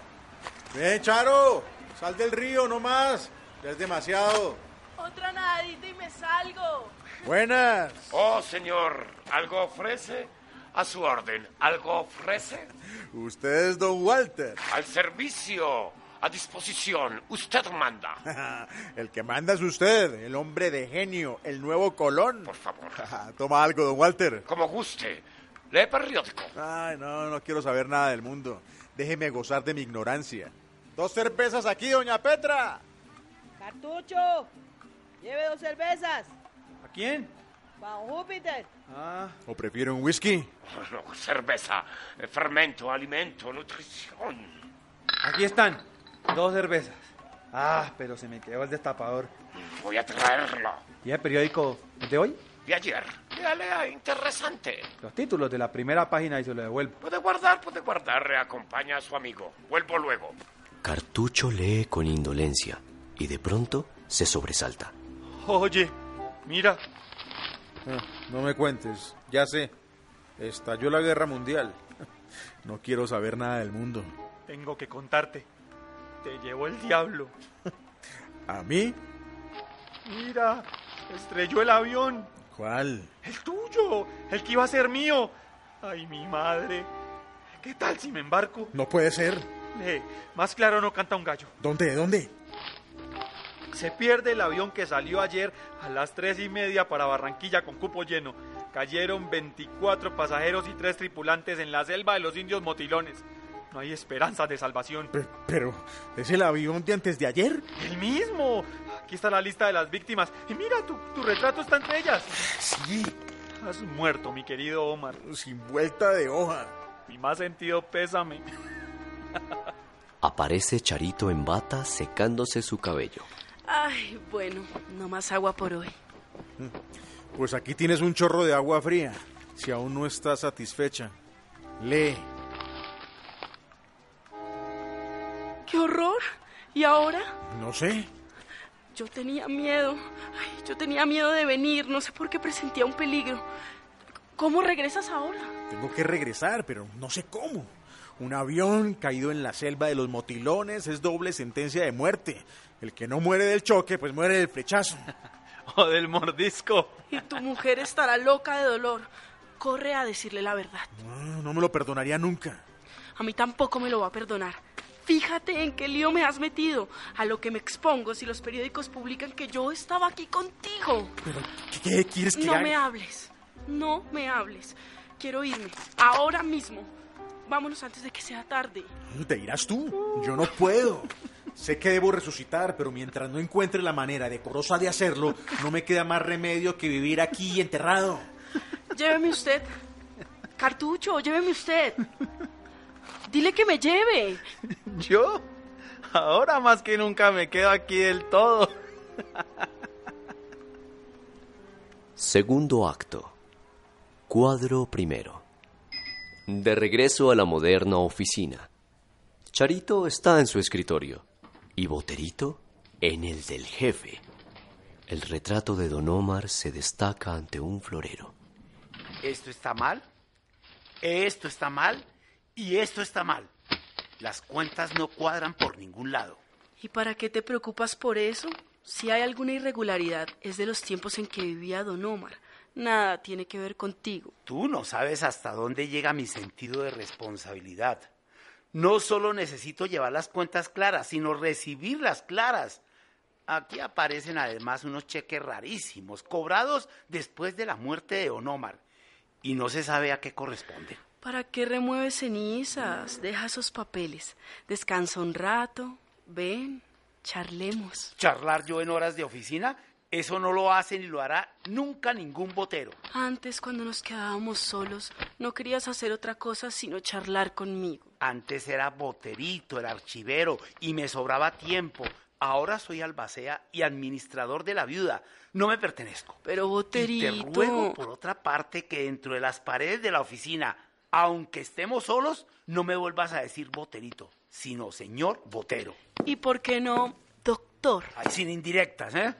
H: ¡Ven, Charo! ¡Sal del río, no más! Ya es demasiado.
E: Otra nadadita y me salgo.
H: Buenas.
N: Oh, señor, ¿algo ofrece? A su orden, ¿algo ofrece?
H: Usted es Don Walter.
N: Al servicio, a disposición, usted manda.
H: El que manda es usted, el hombre de genio, el nuevo Colón. Por
N: favor.
H: Toma algo, Don Walter.
N: Como guste. Lee periódico.
H: Ay, no, no quiero saber nada del mundo. Déjeme gozar de mi ignorancia. Dos cervezas aquí, doña Petra.
J: Cartucho, lleve dos cervezas.
H: ¿A quién?
J: Pa' Júpiter.
H: Ah. ¿O prefiere un whisky?
N: No, cerveza, eh, fermento, alimento, nutrición.
D: Aquí están, dos cervezas. Ah, pero se me quedó el destapador.
N: Voy a traerlo.
D: ¿Y el periódico de hoy?
N: De ayer. Lea, lea, interesante.
D: Los títulos de la primera página y se lo devuelvo.
N: Puede guardar, puede guardar. Reacompaña a su amigo. Vuelvo luego.
B: Cartucho lee con indolencia y de pronto se sobresalta.
D: Oye, mira.
H: Ah, no me cuentes, ya sé. Estalló la guerra mundial. No quiero saber nada del mundo.
D: Tengo que contarte. Te llevó el diablo.
H: ¿A mí?
D: Mira, estrelló el avión.
H: ¿Cuál?
D: El tuyo, el que iba a ser mío. Ay, mi madre. ¿Qué tal si me embarco?
H: No puede ser.
D: Eh, más claro no canta un gallo.
H: ¿Dónde? ¿Dónde?
D: Se pierde el avión que salió ayer a las tres y media para Barranquilla con cupo lleno. Cayeron 24 pasajeros y tres tripulantes en la selva de los indios motilones. No hay esperanza de salvación.
H: Pe- Pero, ¿es el avión de antes de ayer?
D: ¡El mismo! Aquí está la lista de las víctimas. Y mira, tu, tu retrato está entre ellas.
H: Sí.
D: Has muerto, mi querido Omar.
H: Sin vuelta de hoja.
D: Mi más sentido pésame.
B: Aparece Charito en bata secándose su cabello.
E: Ay, bueno, no más agua por hoy.
H: Pues aquí tienes un chorro de agua fría. Si aún no estás satisfecha, lee.
E: ¡Qué horror! ¿Y ahora?
H: No sé.
E: Yo tenía miedo. Ay, yo tenía miedo de venir. No sé por qué presentía un peligro. ¿Cómo regresas ahora?
H: Tengo que regresar, pero no sé cómo. Un avión caído en la selva de los motilones es doble sentencia de muerte. El que no muere del choque, pues muere del flechazo.
D: o del mordisco.
E: Y tu mujer estará loca de dolor. Corre a decirle la verdad.
H: No, no me lo perdonaría nunca.
E: A mí tampoco me lo va a perdonar. Fíjate en qué lío me has metido, a lo que me expongo si los periódicos publican que yo estaba aquí contigo.
H: ¿Qué, qué quieres que
E: No
H: haga?
E: me hables, no me hables. Quiero irme, ahora mismo. Vámonos antes de que sea tarde.
H: Te irás tú. Yo no puedo. Sé que debo resucitar, pero mientras no encuentre la manera decorosa de hacerlo, no me queda más remedio que vivir aquí enterrado.
E: Lléveme usted. Cartucho, lléveme usted. Dile que me lleve.
D: ¿Yo? Ahora más que nunca me quedo aquí del todo.
B: Segundo acto. Cuadro primero. De regreso a la moderna oficina. Charito está en su escritorio y Boterito en el del jefe. El retrato de Don Omar se destaca ante un florero.
F: Esto está mal, esto está mal y esto está mal. Las cuentas no cuadran por ningún lado.
E: ¿Y para qué te preocupas por eso? Si hay alguna irregularidad, es de los tiempos en que vivía Don Omar. Nada tiene que ver contigo.
F: Tú no sabes hasta dónde llega mi sentido de responsabilidad. No solo necesito llevar las cuentas claras, sino recibirlas claras. Aquí aparecen además unos cheques rarísimos, cobrados después de la muerte de Don Omar, y no se sabe a qué corresponden.
E: ¿Para qué remueves cenizas? Deja esos papeles. Descansa un rato. Ven, charlemos.
F: Charlar yo en horas de oficina, eso no lo hace ni lo hará nunca ningún botero.
E: Antes, cuando nos quedábamos solos, no querías hacer otra cosa sino charlar conmigo.
F: Antes era boterito, el archivero, y me sobraba tiempo. Ahora soy albacea y administrador de la viuda. No me pertenezco.
E: Pero
F: Y te
E: boterito.
F: ruego por otra parte que dentro de las paredes de la oficina, aunque estemos solos, no me vuelvas a decir boterito, sino señor botero.
E: ¿Y por qué no, doctor?
F: Ay, sin indirectas, ¿eh?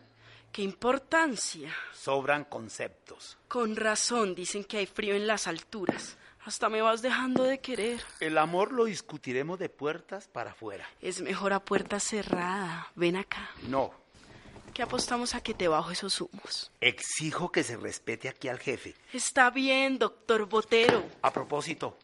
E: ¿Qué importancia?
F: Sobran conceptos.
E: Con razón dicen que hay frío en las alturas. Hasta me vas dejando de querer.
F: El amor lo discutiremos de puertas para afuera.
E: Es mejor a puerta cerrada. Ven acá.
F: No,
E: que apostamos a que te bajo esos humos.
F: Exijo que se respete aquí al jefe.
E: Está bien, doctor Botero.
F: A propósito,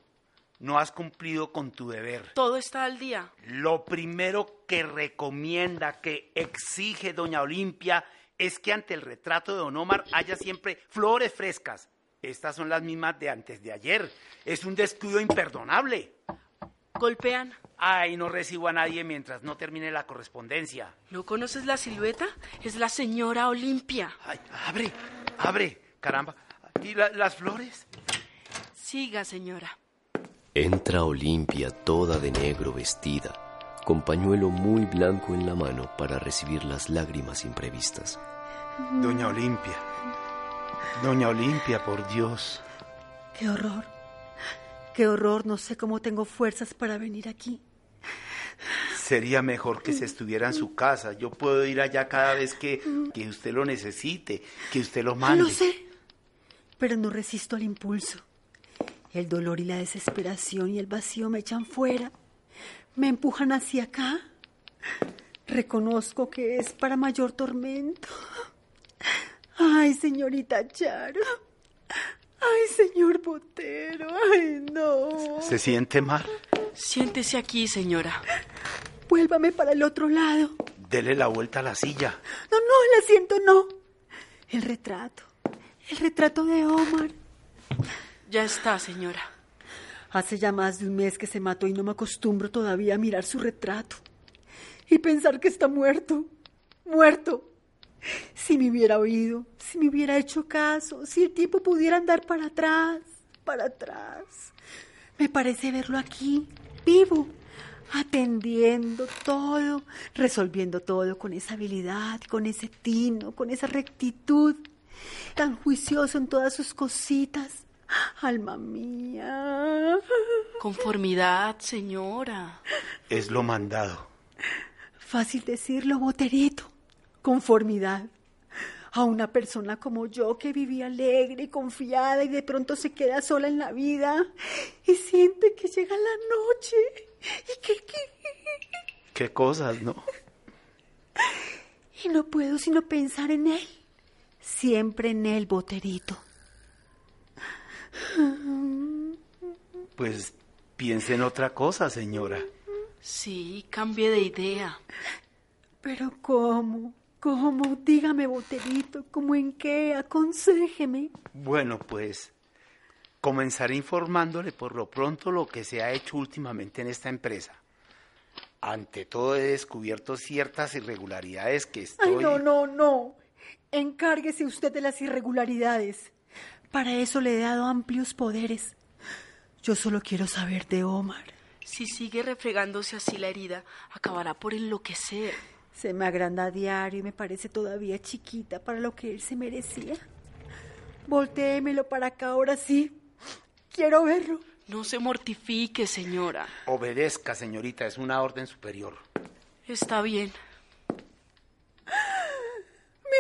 F: no has cumplido con tu deber.
E: Todo está al día.
F: Lo primero que recomienda, que exige doña Olimpia, es que ante el retrato de don Omar haya siempre flores frescas. Estas son las mismas de antes de ayer. Es un descuido imperdonable.
E: Golpean.
F: Ay, no recibo a nadie mientras no termine la correspondencia.
E: ¿No conoces la silueta? Es la señora Olimpia.
F: Ay, abre, abre, caramba. ¿Y la- las flores?
E: Siga, señora.
B: Entra Olimpia toda de negro vestida, con pañuelo muy blanco en la mano para recibir las lágrimas imprevistas.
F: Doña Olimpia. Doña Olimpia, por Dios.
I: Qué horror. Qué horror. No sé cómo tengo fuerzas para venir aquí.
F: Sería mejor que se estuviera en su casa. Yo puedo ir allá cada vez que, que usted lo necesite, que usted lo mande.
I: Lo sé, pero no resisto al impulso. El dolor y la desesperación y el vacío me echan fuera. Me empujan hacia acá. Reconozco que es para mayor tormento. Ay, señorita Charo. Ay, señor Botero. Ay, no.
F: ¿Se siente mal?
E: Siéntese aquí, señora.
I: Vuélvame para el otro lado.
F: Dele la vuelta a la silla.
I: No, no, el asiento no. El retrato. El retrato de Omar.
E: Ya está, señora.
I: Hace ya más de un mes que se mató y no me acostumbro todavía a mirar su retrato. Y pensar que está muerto. Muerto. Si me hubiera oído, si me hubiera hecho caso, si el tiempo pudiera andar para atrás, para atrás. Me parece verlo aquí, vivo, atendiendo todo, resolviendo todo con esa habilidad, con ese tino, con esa rectitud, tan juicioso en todas sus cositas. Alma mía.
E: Conformidad, señora.
F: Es lo mandado.
I: Fácil decirlo, boterito. Conformidad. A una persona como yo que vivía alegre y confiada y de pronto se queda sola en la vida y siente que llega la noche y que, que-
F: Qué cosas, ¿no?
I: y no puedo sino pensar en él. Siempre en él, boterito.
F: Pues piense en otra cosa, señora.
E: Sí, cambie de idea.
I: Pero ¿cómo? ¿Cómo? Dígame, boterito, ¿cómo en qué? Aconsejeme.
F: Bueno, pues comenzaré informándole por lo pronto lo que se ha hecho últimamente en esta empresa. Ante todo he descubierto ciertas irregularidades que estoy...
I: Ay, no, no, no. Encárguese usted de las irregularidades. Para eso le he dado amplios poderes. Yo solo quiero saber de Omar.
E: Si sigue refregándose así la herida, acabará por enloquecer.
I: Se me agranda a diario y me parece todavía chiquita para lo que él se merecía. Voltéemelo para acá ahora sí. Quiero verlo.
E: No se mortifique, señora.
F: Obedezca, señorita, es una orden superior.
E: Está bien.
I: Mi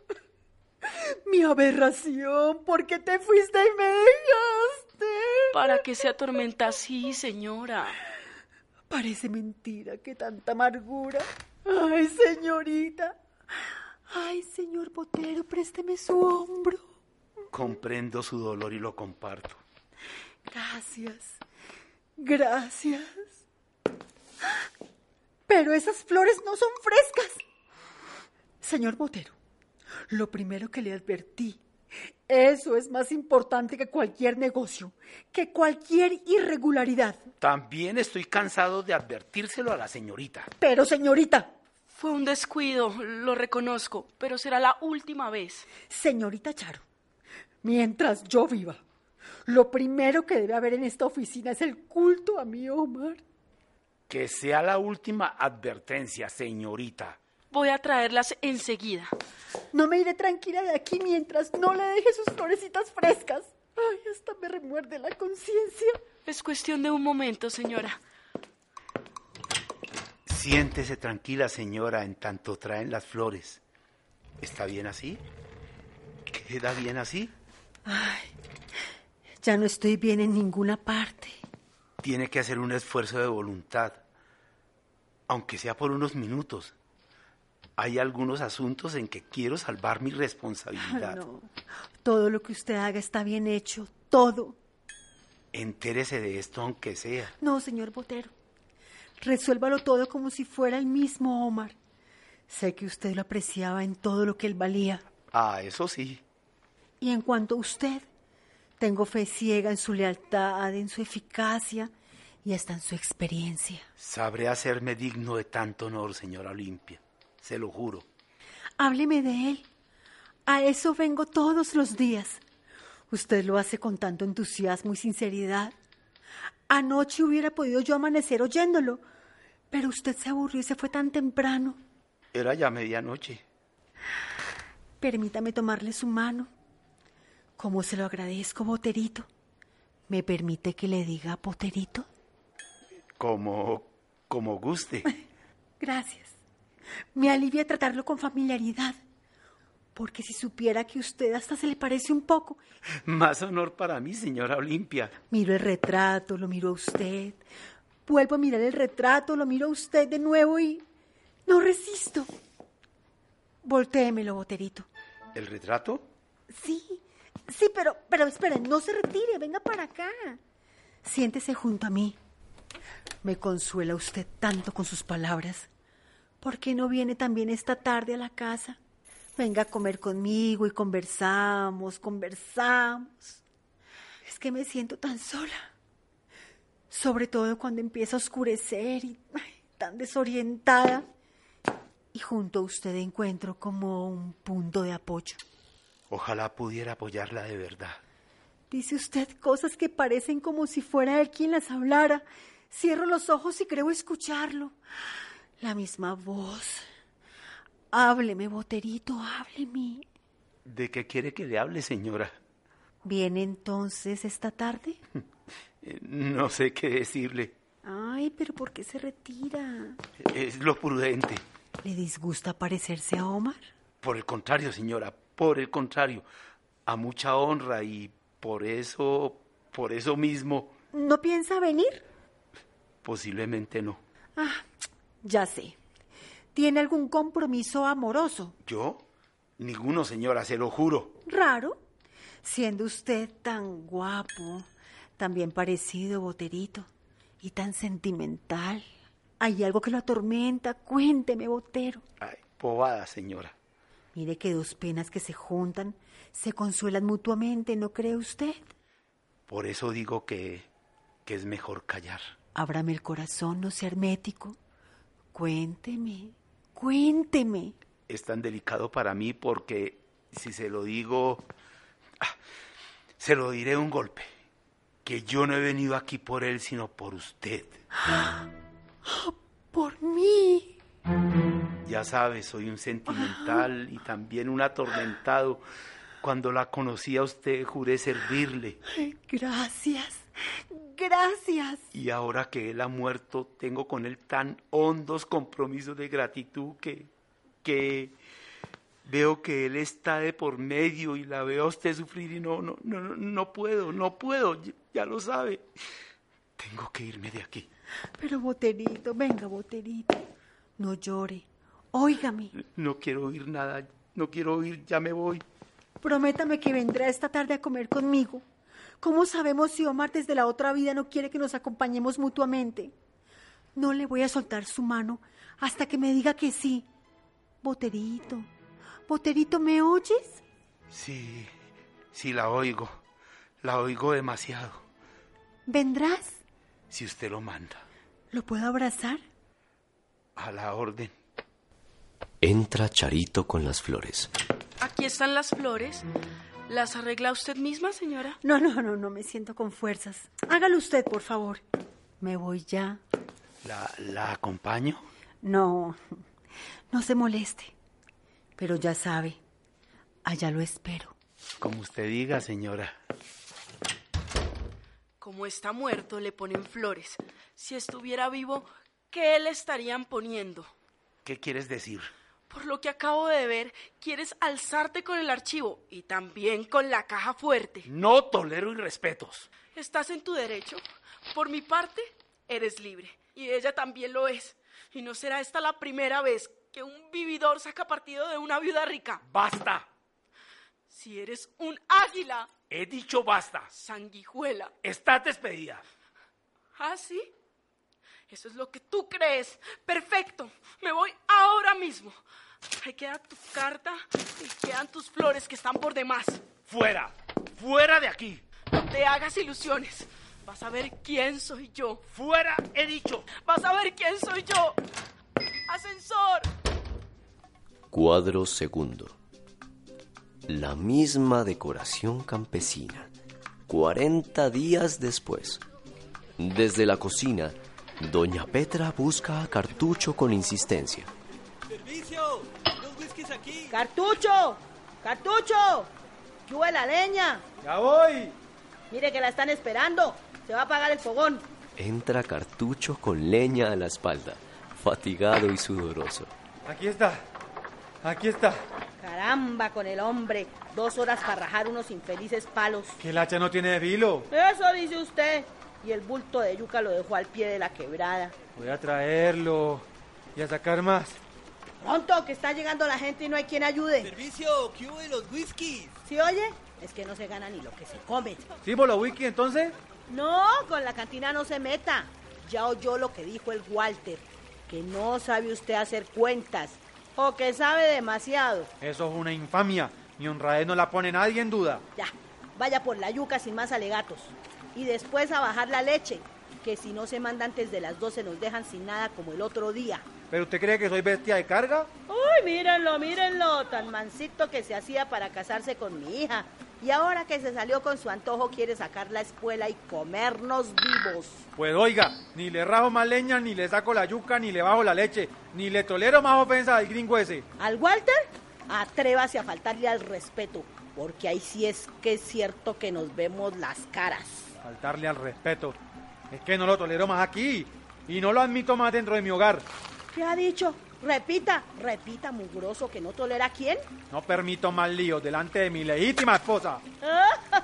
I: amor. Mi aberración. ¿Por qué te fuiste y me dejaste?
E: ¿Para qué se atormenta así, señora?
I: Parece mentira que tanta amargura. Ay, señorita. Ay, señor Botero, présteme su hombro.
F: Comprendo su dolor y lo comparto.
I: Gracias. Gracias. Pero esas flores no son frescas. Señor Botero, lo primero que le advertí, eso es más importante que cualquier negocio, que cualquier irregularidad.
F: También estoy cansado de advertírselo a la señorita.
I: Pero, señorita,
E: Fue un descuido, lo reconozco, pero será la última vez.
I: Señorita Charo, mientras yo viva, lo primero que debe haber en esta oficina es el culto a mi Omar.
F: Que sea la última advertencia, señorita.
E: Voy a traerlas enseguida.
I: No me iré tranquila de aquí mientras no le deje sus florecitas frescas. Ay, hasta me remuerde la conciencia.
E: Es cuestión de un momento, señora.
F: Siéntese tranquila, señora, en tanto traen las flores. ¿Está bien así? ¿Queda bien así?
I: Ya no estoy bien en ninguna parte.
F: Tiene que hacer un esfuerzo de voluntad, aunque sea por unos minutos. Hay algunos asuntos en que quiero salvar mi responsabilidad.
I: No. Todo lo que usted haga está bien hecho. Todo.
F: Entérese de esto aunque sea.
I: No, señor Botero. Resuélvalo todo como si fuera el mismo Omar. Sé que usted lo apreciaba en todo lo que él valía.
F: Ah, eso sí.
I: Y en cuanto a usted, tengo fe ciega en su lealtad, en su eficacia y hasta en su experiencia.
F: Sabré hacerme digno de tanto honor, señora Olimpia. Se lo juro.
I: Hábleme de él. A eso vengo todos los días. Usted lo hace con tanto entusiasmo y sinceridad. Anoche hubiera podido yo amanecer oyéndolo, pero usted se aburrió y se fue tan temprano.
F: Era ya medianoche.
I: Permítame tomarle su mano. Como se lo agradezco, Boterito. ¿Me permite que le diga Boterito?
F: Como, como guste.
I: Gracias. Me alivia tratarlo con familiaridad. Porque si supiera que usted hasta se le parece un poco.
F: Más honor para mí, señora Olimpia.
I: Miro el retrato, lo miro a usted. Vuelvo a mirar el retrato, lo miro a usted de nuevo y. No resisto. Voltéemelo, Boterito.
F: ¿El retrato?
I: Sí, sí, pero, pero esperen, no se retire, venga para acá. Siéntese junto a mí. Me consuela usted tanto con sus palabras. ¿Por qué no viene también esta tarde a la casa? Venga a comer conmigo y conversamos, conversamos. Es que me siento tan sola. Sobre todo cuando empieza a oscurecer y ay, tan desorientada. Y junto a usted encuentro como un punto de apoyo.
F: Ojalá pudiera apoyarla de verdad.
I: Dice usted cosas que parecen como si fuera él quien las hablara. Cierro los ojos y creo escucharlo. La misma voz. Hábleme, boterito, hábleme.
F: ¿De qué quiere que le hable, señora?
I: ¿Viene entonces esta tarde?
F: Eh, No sé qué decirle.
I: Ay, pero ¿por qué se retira?
F: Es lo prudente.
I: ¿Le disgusta parecerse a Omar?
F: Por el contrario, señora, por el contrario. A mucha honra y por eso, por eso mismo,
I: ¿No piensa venir?
F: posiblemente no.
I: Ah, ya sé. ¿Tiene algún compromiso amoroso?
F: ¿Yo? Ninguno, señora, se lo juro.
I: Raro, siendo usted tan guapo, tan bien parecido, boterito, y tan sentimental. Hay algo que lo atormenta. Cuénteme, botero.
F: Bobada, señora.
I: Mire que dos penas que se juntan se consuelan mutuamente, ¿no cree usted?
F: Por eso digo que, que es mejor callar.
I: Ábrame el corazón, no sea hermético. Cuénteme, cuénteme.
F: Es tan delicado para mí porque si se lo digo, ah, se lo diré de un golpe. Que yo no he venido aquí por él, sino por usted.
I: ¡Ah! Por mí.
F: Ya sabes, soy un sentimental y también un atormentado. Cuando la conocí a usted, juré servirle.
I: Ay, Gracias, gracias.
F: Y ahora que él ha muerto, tengo con él tan hondos compromisos de gratitud que, que veo que él está de por medio y la veo a usted sufrir y no, no, no, no, no puedo, no puedo, ya- ya lo sabe. Tengo que irme de aquí.
I: Pero boterito, venga, boterito. No llore. Óigame,
F: No quiero oír nada, no quiero oír, ya me voy.
I: prométame que vendrá esta tarde a comer conmigo. ¿Cómo sabemos si Omar desde la otra vida no quiere que nos acompañemos mutuamente? No le voy a soltar su mano hasta que me diga que sí. Boterito, boterito, ¿me oyes?
F: Sí, sí, la oigo, la oigo demasiado,
I: ¿Vendrás?
F: si usted lo manda,
I: ¿Lo puedo abrazar?
F: a la orden.
B: Entra Charito con las flores.
E: Aquí están las flores. ¿Las arregla usted misma, señora?
I: No, no, no, no me siento con fuerzas. Hágalo usted, por favor. Me voy ya.
F: ¿La, la acompaño?
I: No, no se moleste. Pero ya sabe, allá lo espero.
F: Como usted diga, señora.
E: Como está muerto, le ponen flores. Si estuviera vivo, ¿qué le estarían poniendo?
F: ¿Qué quieres decir?
E: Por lo que acabo de ver, quieres alzarte con el archivo y también con la caja fuerte.
F: No tolero irrespetos.
E: Estás en tu derecho. Por mi parte, eres libre. Y ella también lo es. Y no será esta la primera vez que un vividor saca partido de una viuda rica.
N: ¡Basta!
E: Si eres un águila,
N: He dicho basta.
E: sanguijuela.
N: Estás despedida.
E: ¿Ah, sí? Eso es lo que tú crees. Perfecto. Me voy ahora mismo. Ahí queda tu carta y quedan tus flores que están por demás.
N: Fuera. Fuera de aquí.
E: No te hagas ilusiones. Vas a ver quién soy yo.
N: Fuera, he dicho.
E: Vas a ver quién soy yo. Ascensor.
B: Cuadro segundo. La misma decoración campesina. 40 días después. Desde la cocina, Doña Petra busca a Cartucho con insistencia.
J: ¡Servicio! ¡Los whiskies aquí! ¡Cartucho! ¡Cartucho! ¡Lluve la leña!
D: ¡Ya voy!
J: Mire que la están esperando. Se va a apagar el fogón.
B: Entra Cartucho con leña a la espalda, fatigado y sudoroso.
D: Aquí está. Aquí está.
J: Caramba con el hombre. Dos horas para rajar unos infelices palos.
D: Que el hacha no tiene filo.
J: Eso dice usted. Y el bulto de yuca lo dejó al pie de la quebrada.
D: Voy a traerlo y a sacar más.
J: Pronto, que está llegando la gente y no hay quien ayude. ¡Servicio! ¿Qué de los whiskies? ¿Sí oye? Es que no se gana ni lo que se come.
D: ¿Sí, Bolo Wiki, entonces?
J: No, con la cantina no se meta. Ya oyó lo que dijo el Walter, que no sabe usted hacer cuentas o que sabe demasiado.
D: Eso es una infamia. Mi honradez no la pone nadie en duda.
J: Ya, vaya por la yuca sin más alegatos. Y después a bajar la leche, que si no se manda antes de las 12 nos dejan sin nada como el otro día.
D: ¿Pero usted cree que soy bestia de carga?
J: Uy, mírenlo, mírenlo, tan mansito que se hacía para casarse con mi hija. Y ahora que se salió con su antojo quiere sacar la espuela y comernos vivos.
D: Pues oiga, ni le rajo más leña, ni le saco la yuca, ni le bajo la leche, ni le tolero más ofensa al gringo ese.
J: Al Walter, atrévase a faltarle al respeto, porque ahí sí es que es cierto que nos vemos las caras.
D: Faltarle al respeto. Es que no lo tolero más aquí y no lo admito más dentro de mi hogar.
J: ¿Qué ha dicho? Repita, repita, mugroso, que no tolera a quién.
D: No permito más líos delante de mi legítima esposa.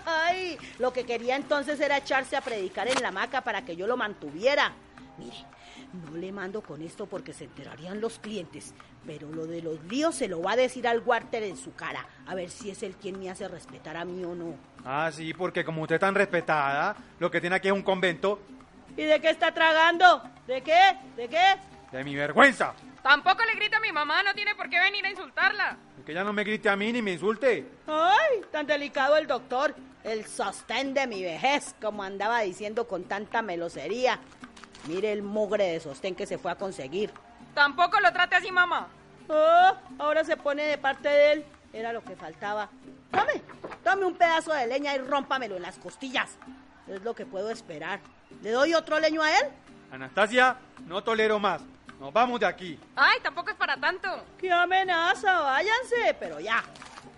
J: Ay, lo que quería entonces era echarse a predicar en la hamaca para que yo lo mantuviera. Mire, no le mando con esto porque se enterarían los clientes, pero lo de los líos se lo va a decir al Walter en su cara, a ver si es él quien me hace respetar a mí o no.
D: Ah, sí, porque como usted es tan respetada, lo que tiene aquí es un convento
J: ¿Y de qué está tragando? ¿De qué? ¿De qué?
D: de mi vergüenza.
K: Tampoco le grita a mi mamá, no tiene por qué venir a insultarla.
D: Que ya no me grite a mí ni me insulte.
J: Ay, tan delicado el doctor. El sostén de mi vejez, como andaba diciendo con tanta melosería. Mire el mugre de sostén que se fue a conseguir.
K: Tampoco lo trate así, mamá.
J: Oh, ahora se pone de parte de él. Era lo que faltaba. Tome, tome un pedazo de leña y rómpamelo en las costillas. Es lo que puedo esperar. ¿Le doy otro leño a él?
D: Anastasia, no tolero más. Nos vamos de aquí.
K: Ay, tampoco es para tanto.
J: ¡Qué amenaza! Váyanse, pero ya.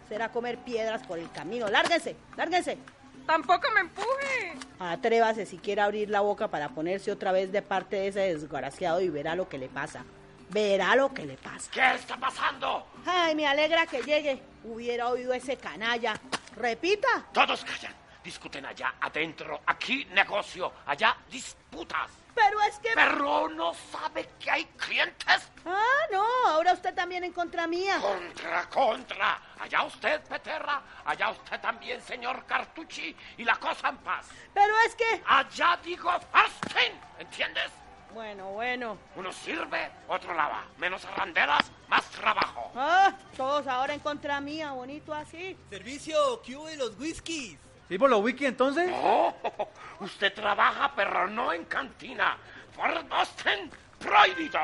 J: Será comer piedras por el camino. Lárguense, lárguense.
K: Tampoco me empuje.
J: Atrévase si quiere abrir la boca para ponerse otra vez de parte de ese desgraciado y verá lo que le pasa. Verá lo que le pasa.
N: ¿Qué está pasando?
J: Ay, me alegra que llegue. Hubiera oído ese canalla. Repita.
N: Todos callan. Discuten allá, adentro, aquí negocio, allá disputas.
J: Pero es que...
N: Pero no sabe que hay clientes
J: Ah, no, ahora usted también en contra mía.
N: contra, contra. Allá usted, Peterra, allá usted también, señor Cartucci, y la cosa en paz.
J: Pero es que...
N: Allá digo, Fasten, ¿entiendes?
J: Bueno, bueno.
N: Uno sirve, otro lava. Menos arranderas, más trabajo.
J: Ah, todos ahora en contra mía, bonito así.
M: Servicio, ¿qué de los whiskies?
D: ¿Sí, Bolo Wiki, entonces?
N: Oh, usted trabaja, pero no en cantina. Por Boston, prohibido.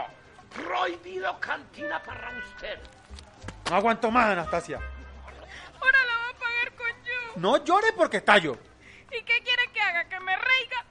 N: Prohibido cantina para usted.
D: No aguanto más, Anastasia.
K: Ahora la va a pagar con yo.
D: No llores porque tallo.
K: ¿Y qué quiere que haga? ¿Que me reiga?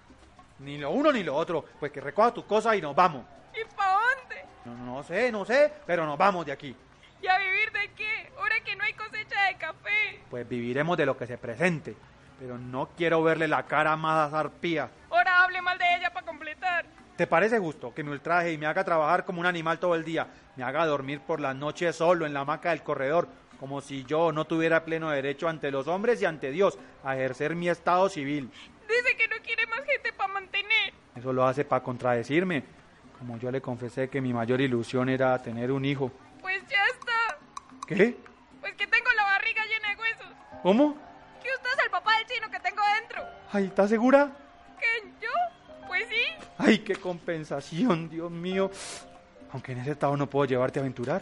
D: Ni lo uno ni lo otro. Pues que recoja tus cosas y nos vamos.
K: ¿Y pa' dónde?
D: No, no, no sé, no sé, pero nos vamos de aquí.
K: ¿Y a vivir de qué? Ahora que no hay cosecha de café.
D: Pues viviremos de lo que se presente. Pero no quiero verle la cara más zarpía.
K: Ahora hable mal de ella para completar.
D: ¿Te parece justo que me ultraje y me haga trabajar como un animal todo el día? Me haga dormir por las noches solo en la hamaca del corredor, como si yo no tuviera pleno derecho ante los hombres y ante Dios a ejercer mi estado civil.
K: Dice que no quiere más gente para mantener.
D: Eso lo hace para contradecirme. Como yo le confesé que mi mayor ilusión era tener un hijo.
K: Pues ya está.
D: ¿Qué?
K: Pues que tengo la barriga llena de huesos.
D: ¿Cómo?
K: Que usted es el papá del chino que tengo dentro.
D: Ay, ¿estás segura?
K: ¿Que yo? Pues sí.
D: Ay, qué compensación, Dios mío. Aunque en ese estado no puedo llevarte a aventurar.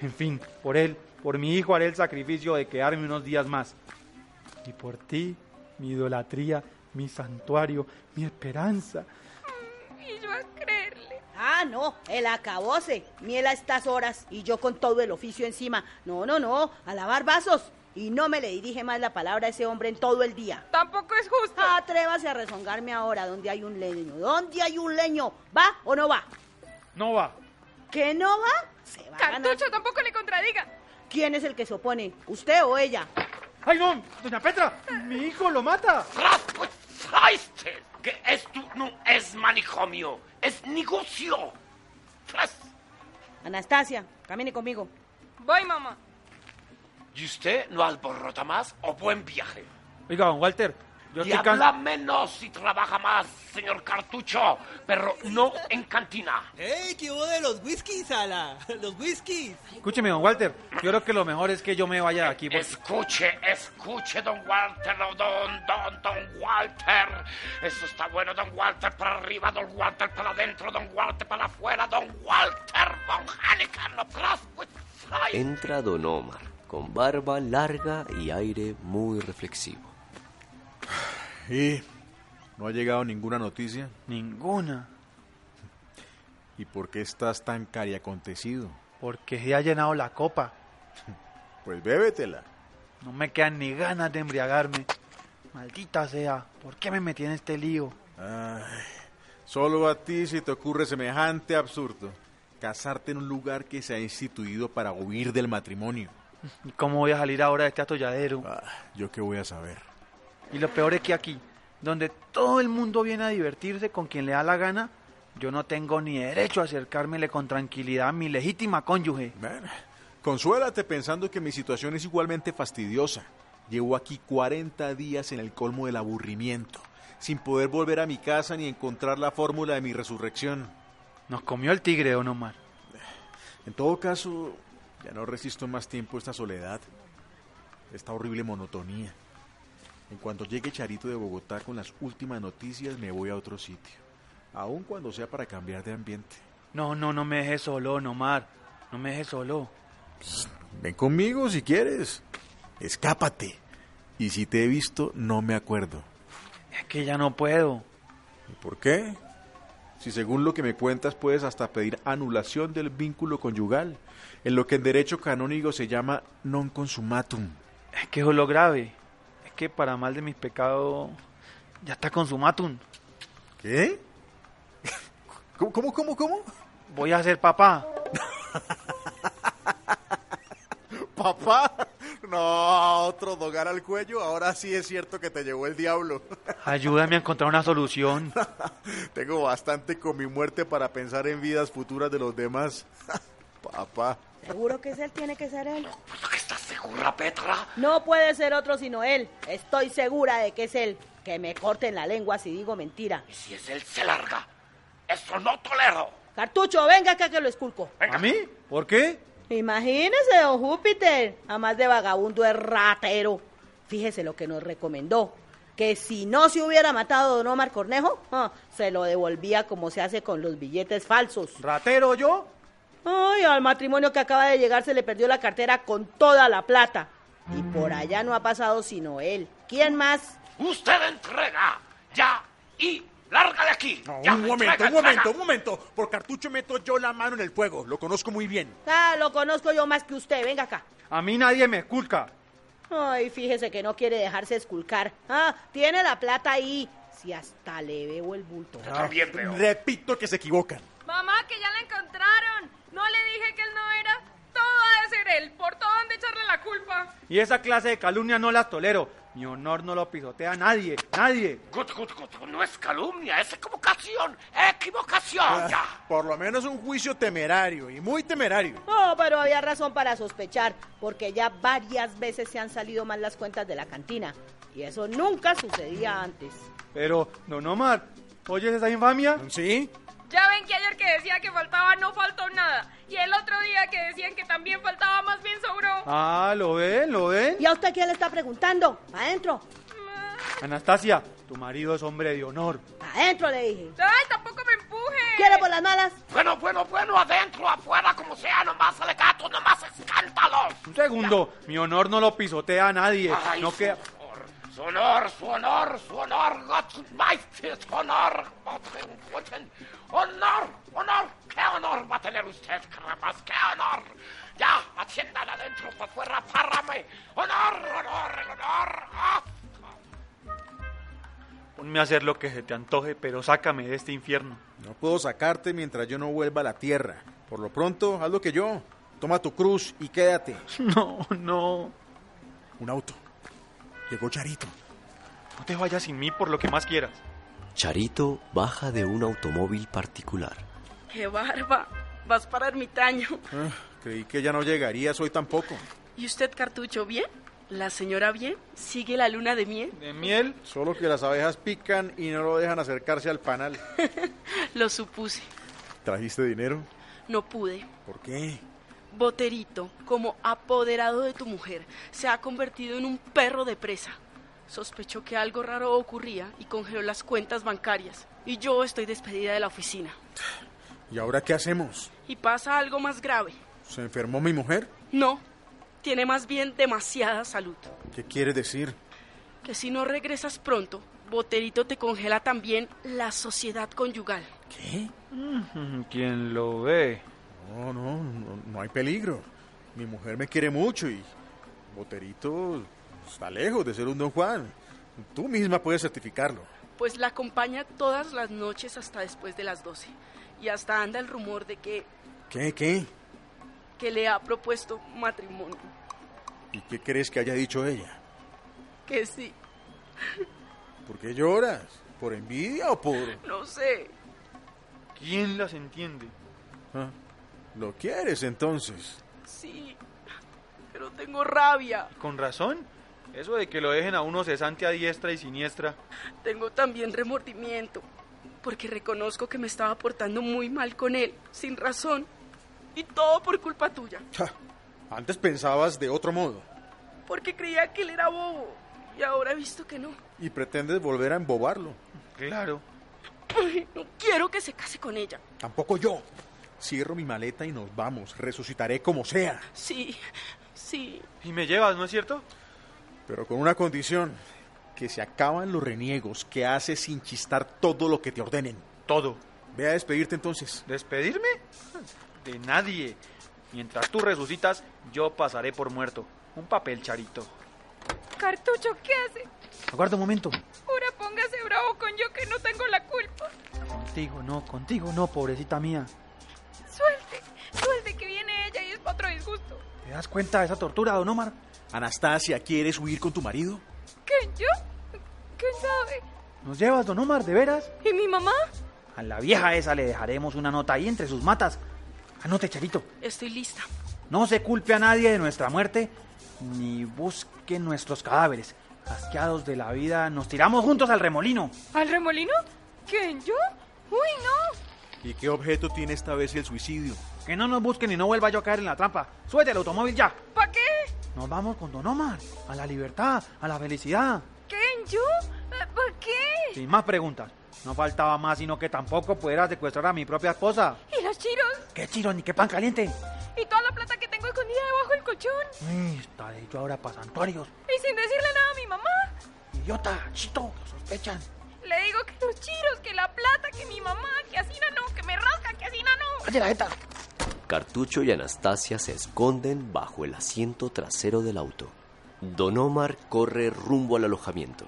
D: En fin, por él, por mi hijo haré el sacrificio de quedarme unos días más. Y por ti, mi idolatría, mi santuario, mi esperanza.
K: Y yo a creerle.
J: Ah, no, el acabose. Miel a estas horas y yo con todo el oficio encima. No, no, no, a lavar vasos. Y no me le dirige más la palabra a ese hombre en todo el día.
K: Tampoco es justo.
J: Atrévase a rezongarme ahora donde hay un leño. ¿Dónde hay un leño? ¿Va o no va?
D: No va.
J: ¿Que no va? Se va a ganar.
K: Cartucho, Ah, tampoco le contradiga.
J: ¿Quién es el que se opone? ¿Usted o ella?
D: ¡Ay, no! ¡Doña Petra! ¡Mi hijo lo mata!
N: ¡Fraiste! Que esto no es manicomio, es negocio. ¡Fras!
J: Anastasia, camine conmigo.
K: Voy, mamá.
N: ¿Y usted no alborota más o buen viaje?
D: Oiga, don Walter, yo
N: y
D: estoy can-
N: habla menos y trabaja más, señor Cartucho, pero no en cantina.
M: ¡Ey, qué hubo de los whiskies, ala! ¡Los whiskies!
D: Escúcheme, don Walter. Yo creo que lo mejor es que yo me vaya de aquí. porque-
N: Escuche, escuche, don Walter, o don, don, don Walter. Eso está bueno, don Walter para arriba, don Walter para adentro, don Walter para afuera, don Walter von Hanikan, no tras- pues,
B: Entra Don Omar, con barba larga y aire muy reflexivo.
H: ¿Y no ha llegado ninguna noticia?
D: Ninguna.
H: ¿Y por qué estás tan cariacontecido?
D: Porque se ha llenado la copa.
H: Pues bébetela.
D: No me quedan ni ganas de embriagarme. Maldita sea, ¿por qué me metí en este lío?
H: Ay, solo a ti se te ocurre semejante absurdo. Casarte en un lugar que se ha instituido para huir del matrimonio.
D: ¿Y cómo voy a salir ahora de este atolladero?
H: ¿Yo qué voy a saber?
D: Y lo peor es que aquí, donde todo el mundo viene a divertirse con quien le da la gana, yo no tengo ni derecho a acercármele con tranquilidad a mi legítima cónyuge.
H: Bueno, consuélate pensando que mi situación es igualmente fastidiosa. Llevo aquí 40 días en el colmo del aburrimiento, sin poder volver a mi casa ni encontrar la fórmula de mi resurrección.
D: Nos comió el tigre, don Omar.
H: En todo caso, ya no resisto más tiempo esta soledad, esta horrible monotonía. En cuanto llegue Charito de Bogotá con las últimas noticias, me voy a otro sitio, aun cuando sea para cambiar de ambiente.
D: No, no, no me dejes solo, don Omar. No me dejes solo.
H: Ven conmigo si quieres. Escápate. Y si te he visto, no me acuerdo.
D: Es que ya no puedo.
H: ¿Y por qué? Si según lo que me cuentas puedes hasta pedir anulación del vínculo conyugal, en lo que en derecho canónico se llama non consumatum.
D: Es que eso es lo grave. Es que para mal de mis pecados ya está consumatum.
H: ¿Qué? ¿Cómo, cómo, cómo, cómo?
D: Voy a ser papá.
H: Papá, no, otro dogar al cuello, ahora sí es cierto que te llevó el diablo.
D: Ayúdame a encontrar una solución.
H: Tengo bastante con mi muerte para pensar en vidas futuras de los demás. Papá.
J: Seguro que es él, tiene que ser él.
N: Segura, Petra.
J: No puede ser otro sino él. Estoy segura de que es él. Que me corten la lengua si digo mentira.
N: Si es él, se larga. Eso no tolero.
J: Cartucho, venga acá que lo esculco.
D: ¿A mí? ¿Por qué?
J: Imagínese, don Júpiter, a más de vagabundo es ratero. Fíjese lo que nos recomendó, que si no se hubiera matado don Omar Cornejo, ah, se lo devolvía como se hace con los billetes falsos.
D: ¿Ratero yo?
J: Ay, al matrimonio que acaba de llegar se le perdió la cartera con toda la plata. Y por allá no ha pasado sino él. ¿Quién más?
N: Usted entrega. Ya y larga de aquí.
H: No,
N: Ya,
H: un momento,
N: entrega,
H: un momento,
N: entrega.
H: un momento. Por cartucho meto yo la mano en el fuego, lo conozco muy bien.
J: Ah, lo conozco yo más que usted, venga acá.
D: A mí nadie me esculca.
J: Ay, fíjese que no quiere dejarse esculcar. Ah, tiene la plata ahí. Si hasta le veo el bulto.
H: Ah, Repito que se equivocan.
K: Mamá, que ya la encontraron. No le dije que él no era. Todo ha de ser él. Por todo han de echarle la culpa.
D: Y esa clase de calumnia no las tolero. Mi honor no lo pisotea nadie, nadie.
N: Gut, gut, gut. No es calumnia, es equivocación.
H: Ah,
N: Equivocación. Ya.
H: Por lo menos un juicio temerario y muy temerario.
J: Oh, pero había razón para sospechar, porque ya varias veces se han salido mal las cuentas de la cantina. Y eso nunca sucedía antes.
D: Pero, don Omar, ¿oyes esa infamia?
H: Sí.
K: Ya ven que ayer que decía que faltaba no faltó nada. Y el otro día que decían que también faltaba más bien sobró.
D: Ah, ¿lo ven? ¿Lo ven?
J: ¿Y a usted quién le está preguntando? Adentro,
D: Anastasia, tu marido es hombre de honor.
J: adentro le dije.
K: ¡Ay, tampoco me empuje!
J: ¿Quiere por las malas?
N: Bueno, bueno, bueno, adentro, afuera, como sea, nomás alegatos, nomás escándalos.
D: Un segundo, mi honor no lo pisotea a nadie.
N: Ay,
D: no queda...
N: Su honor, su honor, su honor, Gottmeister, honor, Gottmeister, honor, honor, qué honor va a tener usted, caramba, qué honor. Ya, atiendan adentro, para afuera, párrame, honor, honor, el honor. ah.
D: Ponme a hacer lo que se te antoje, pero sácame de este infierno.
H: No puedo sacarte mientras yo no vuelva a la tierra. Por lo pronto, haz lo que yo. Toma tu cruz y quédate.
D: No, no.
H: Un auto. Llegó Charito.
D: No te vayas sin mí por lo que más quieras.
B: Charito baja de un automóvil particular.
E: ¡Qué barba! Vas para ermitaño.
H: Ah, creí que ya no llegarías hoy tampoco.
E: ¿Y usted, Cartucho, bien? ¿La señora bien? ¿Sigue la luna de miel?
D: ¿De miel?
H: Solo que las abejas pican y no lo dejan acercarse al panal.
E: Lo supuse.
H: ¿Trajiste dinero?
E: No pude.
H: ¿Por qué?
E: Boterito, como apoderado de tu mujer, se ha convertido en un perro de presa. Sospechó que algo raro ocurría y congeló las cuentas bancarias. Y yo estoy despedida de la oficina.
H: ¿Y ahora qué hacemos?
E: Y pasa algo más grave.
H: ¿Se enfermó mi mujer?
E: No, tiene más bien demasiada salud.
H: ¿Qué quieres decir?
E: Que si no regresas pronto, Boterito te congela también la sociedad conyugal.
D: ¿Quién lo ve?
H: No, no, no, no hay peligro. Mi mujer me quiere mucho y Boterito está lejos de ser un don Juan. Tú misma puedes certificarlo.
E: Pues la acompaña todas las noches hasta después de las 12. Y hasta anda el rumor de que,
H: ¿Qué, qué?
E: que le ha propuesto matrimonio.
H: ¿Y qué crees que haya dicho ella?
E: Que sí,
H: ¿Por qué lloras? ¿Por envidia o por...?
E: no sé.
D: ¿Quién las entiende?
H: Ah, ¿Lo quieres entonces?
E: Sí, pero tengo rabia.
D: Con razón. Eso de que lo dejen a uno cesante a diestra y siniestra.
E: Tengo también remordimiento, porque reconozco que me estaba portando muy mal con él, sin razón, y todo por culpa tuya,
H: Ja, Antes pensabas de otro modo
E: porque creía que él era bobo, y ahora he visto que no.
H: y pretendes volver a embobarlo.
D: Claro.
E: Ay, no quiero que se case con ella.
H: Tampoco yo. Cierro mi maleta y nos vamos. Resucitaré como sea.
E: Sí, sí,
D: Y me llevas, ¿no es cierto?
H: Pero con una condición. Que se acaban los reniegos que haces sin chistar todo lo que te ordenen.
D: Todo.
H: Ve a despedirte entonces.
D: ¿Despedirme? De nadie. Mientras tú resucitas, yo pasaré por muerto. Un papel, Charito.
K: Cartucho, ¿qué hace?
D: Aguarda un momento.
K: Ahora póngase bravo con yo que no tengo la culpa.
D: Contigo no, contigo no, pobrecita mía.
K: Suelte, suelte que viene ella y es para otro disgusto.
D: ¿Te das cuenta de esa tortura, don Omar?
H: Anastasia, ¿quieres huir con tu marido?
K: ¿Qué yo? ¿Quién sabe?
D: ¿Nos llevas, don Omar, de veras?
K: ¿Y mi mamá?
O: A la vieja esa le dejaremos una nota ahí entre sus matas. Anote, Charito.
E: estoy lista.
O: No se culpe a nadie de nuestra muerte, ni busque nuestros cadáveres. Asqueados de la vida, nos tiramos juntos al remolino.
K: ¿Al remolino? ¿Quién yo? Uy, no.
H: ¿Y qué objeto tiene esta vez el suicidio?
O: Que no nos busquen y no vuelva yo a caer en la trampa. Suelta el automóvil ya.
K: ¿Para qué?
O: Nos vamos con Don Omar, a la libertad, a la felicidad.
K: ¿Quién yo? ¿Para Eh, qué?
O: Sin más preguntas. No faltaba más, sino que tampoco pudiera secuestrar a mi propia esposa.
K: ¿Y los chiros?
O: ¡Qué tiro ni qué pan caliente!
K: ¿Y toda la plata que tengo escondida debajo del colchón?
O: Ay, Estaré yo ahora para santuarios.
K: ¿Y sin decirle nada a mi mamá?
O: ¡Idiota! ¡Chito! ¡Lo sospechan!
K: Le digo que los chiros, que la plata, que mi mamá, que Asina no, que me rasca, que Asina no.
O: ¡Calle la jeta!
B: Cartucho y Anastasia se esconden bajo el asiento trasero del auto. Don Omar corre rumbo al alojamiento.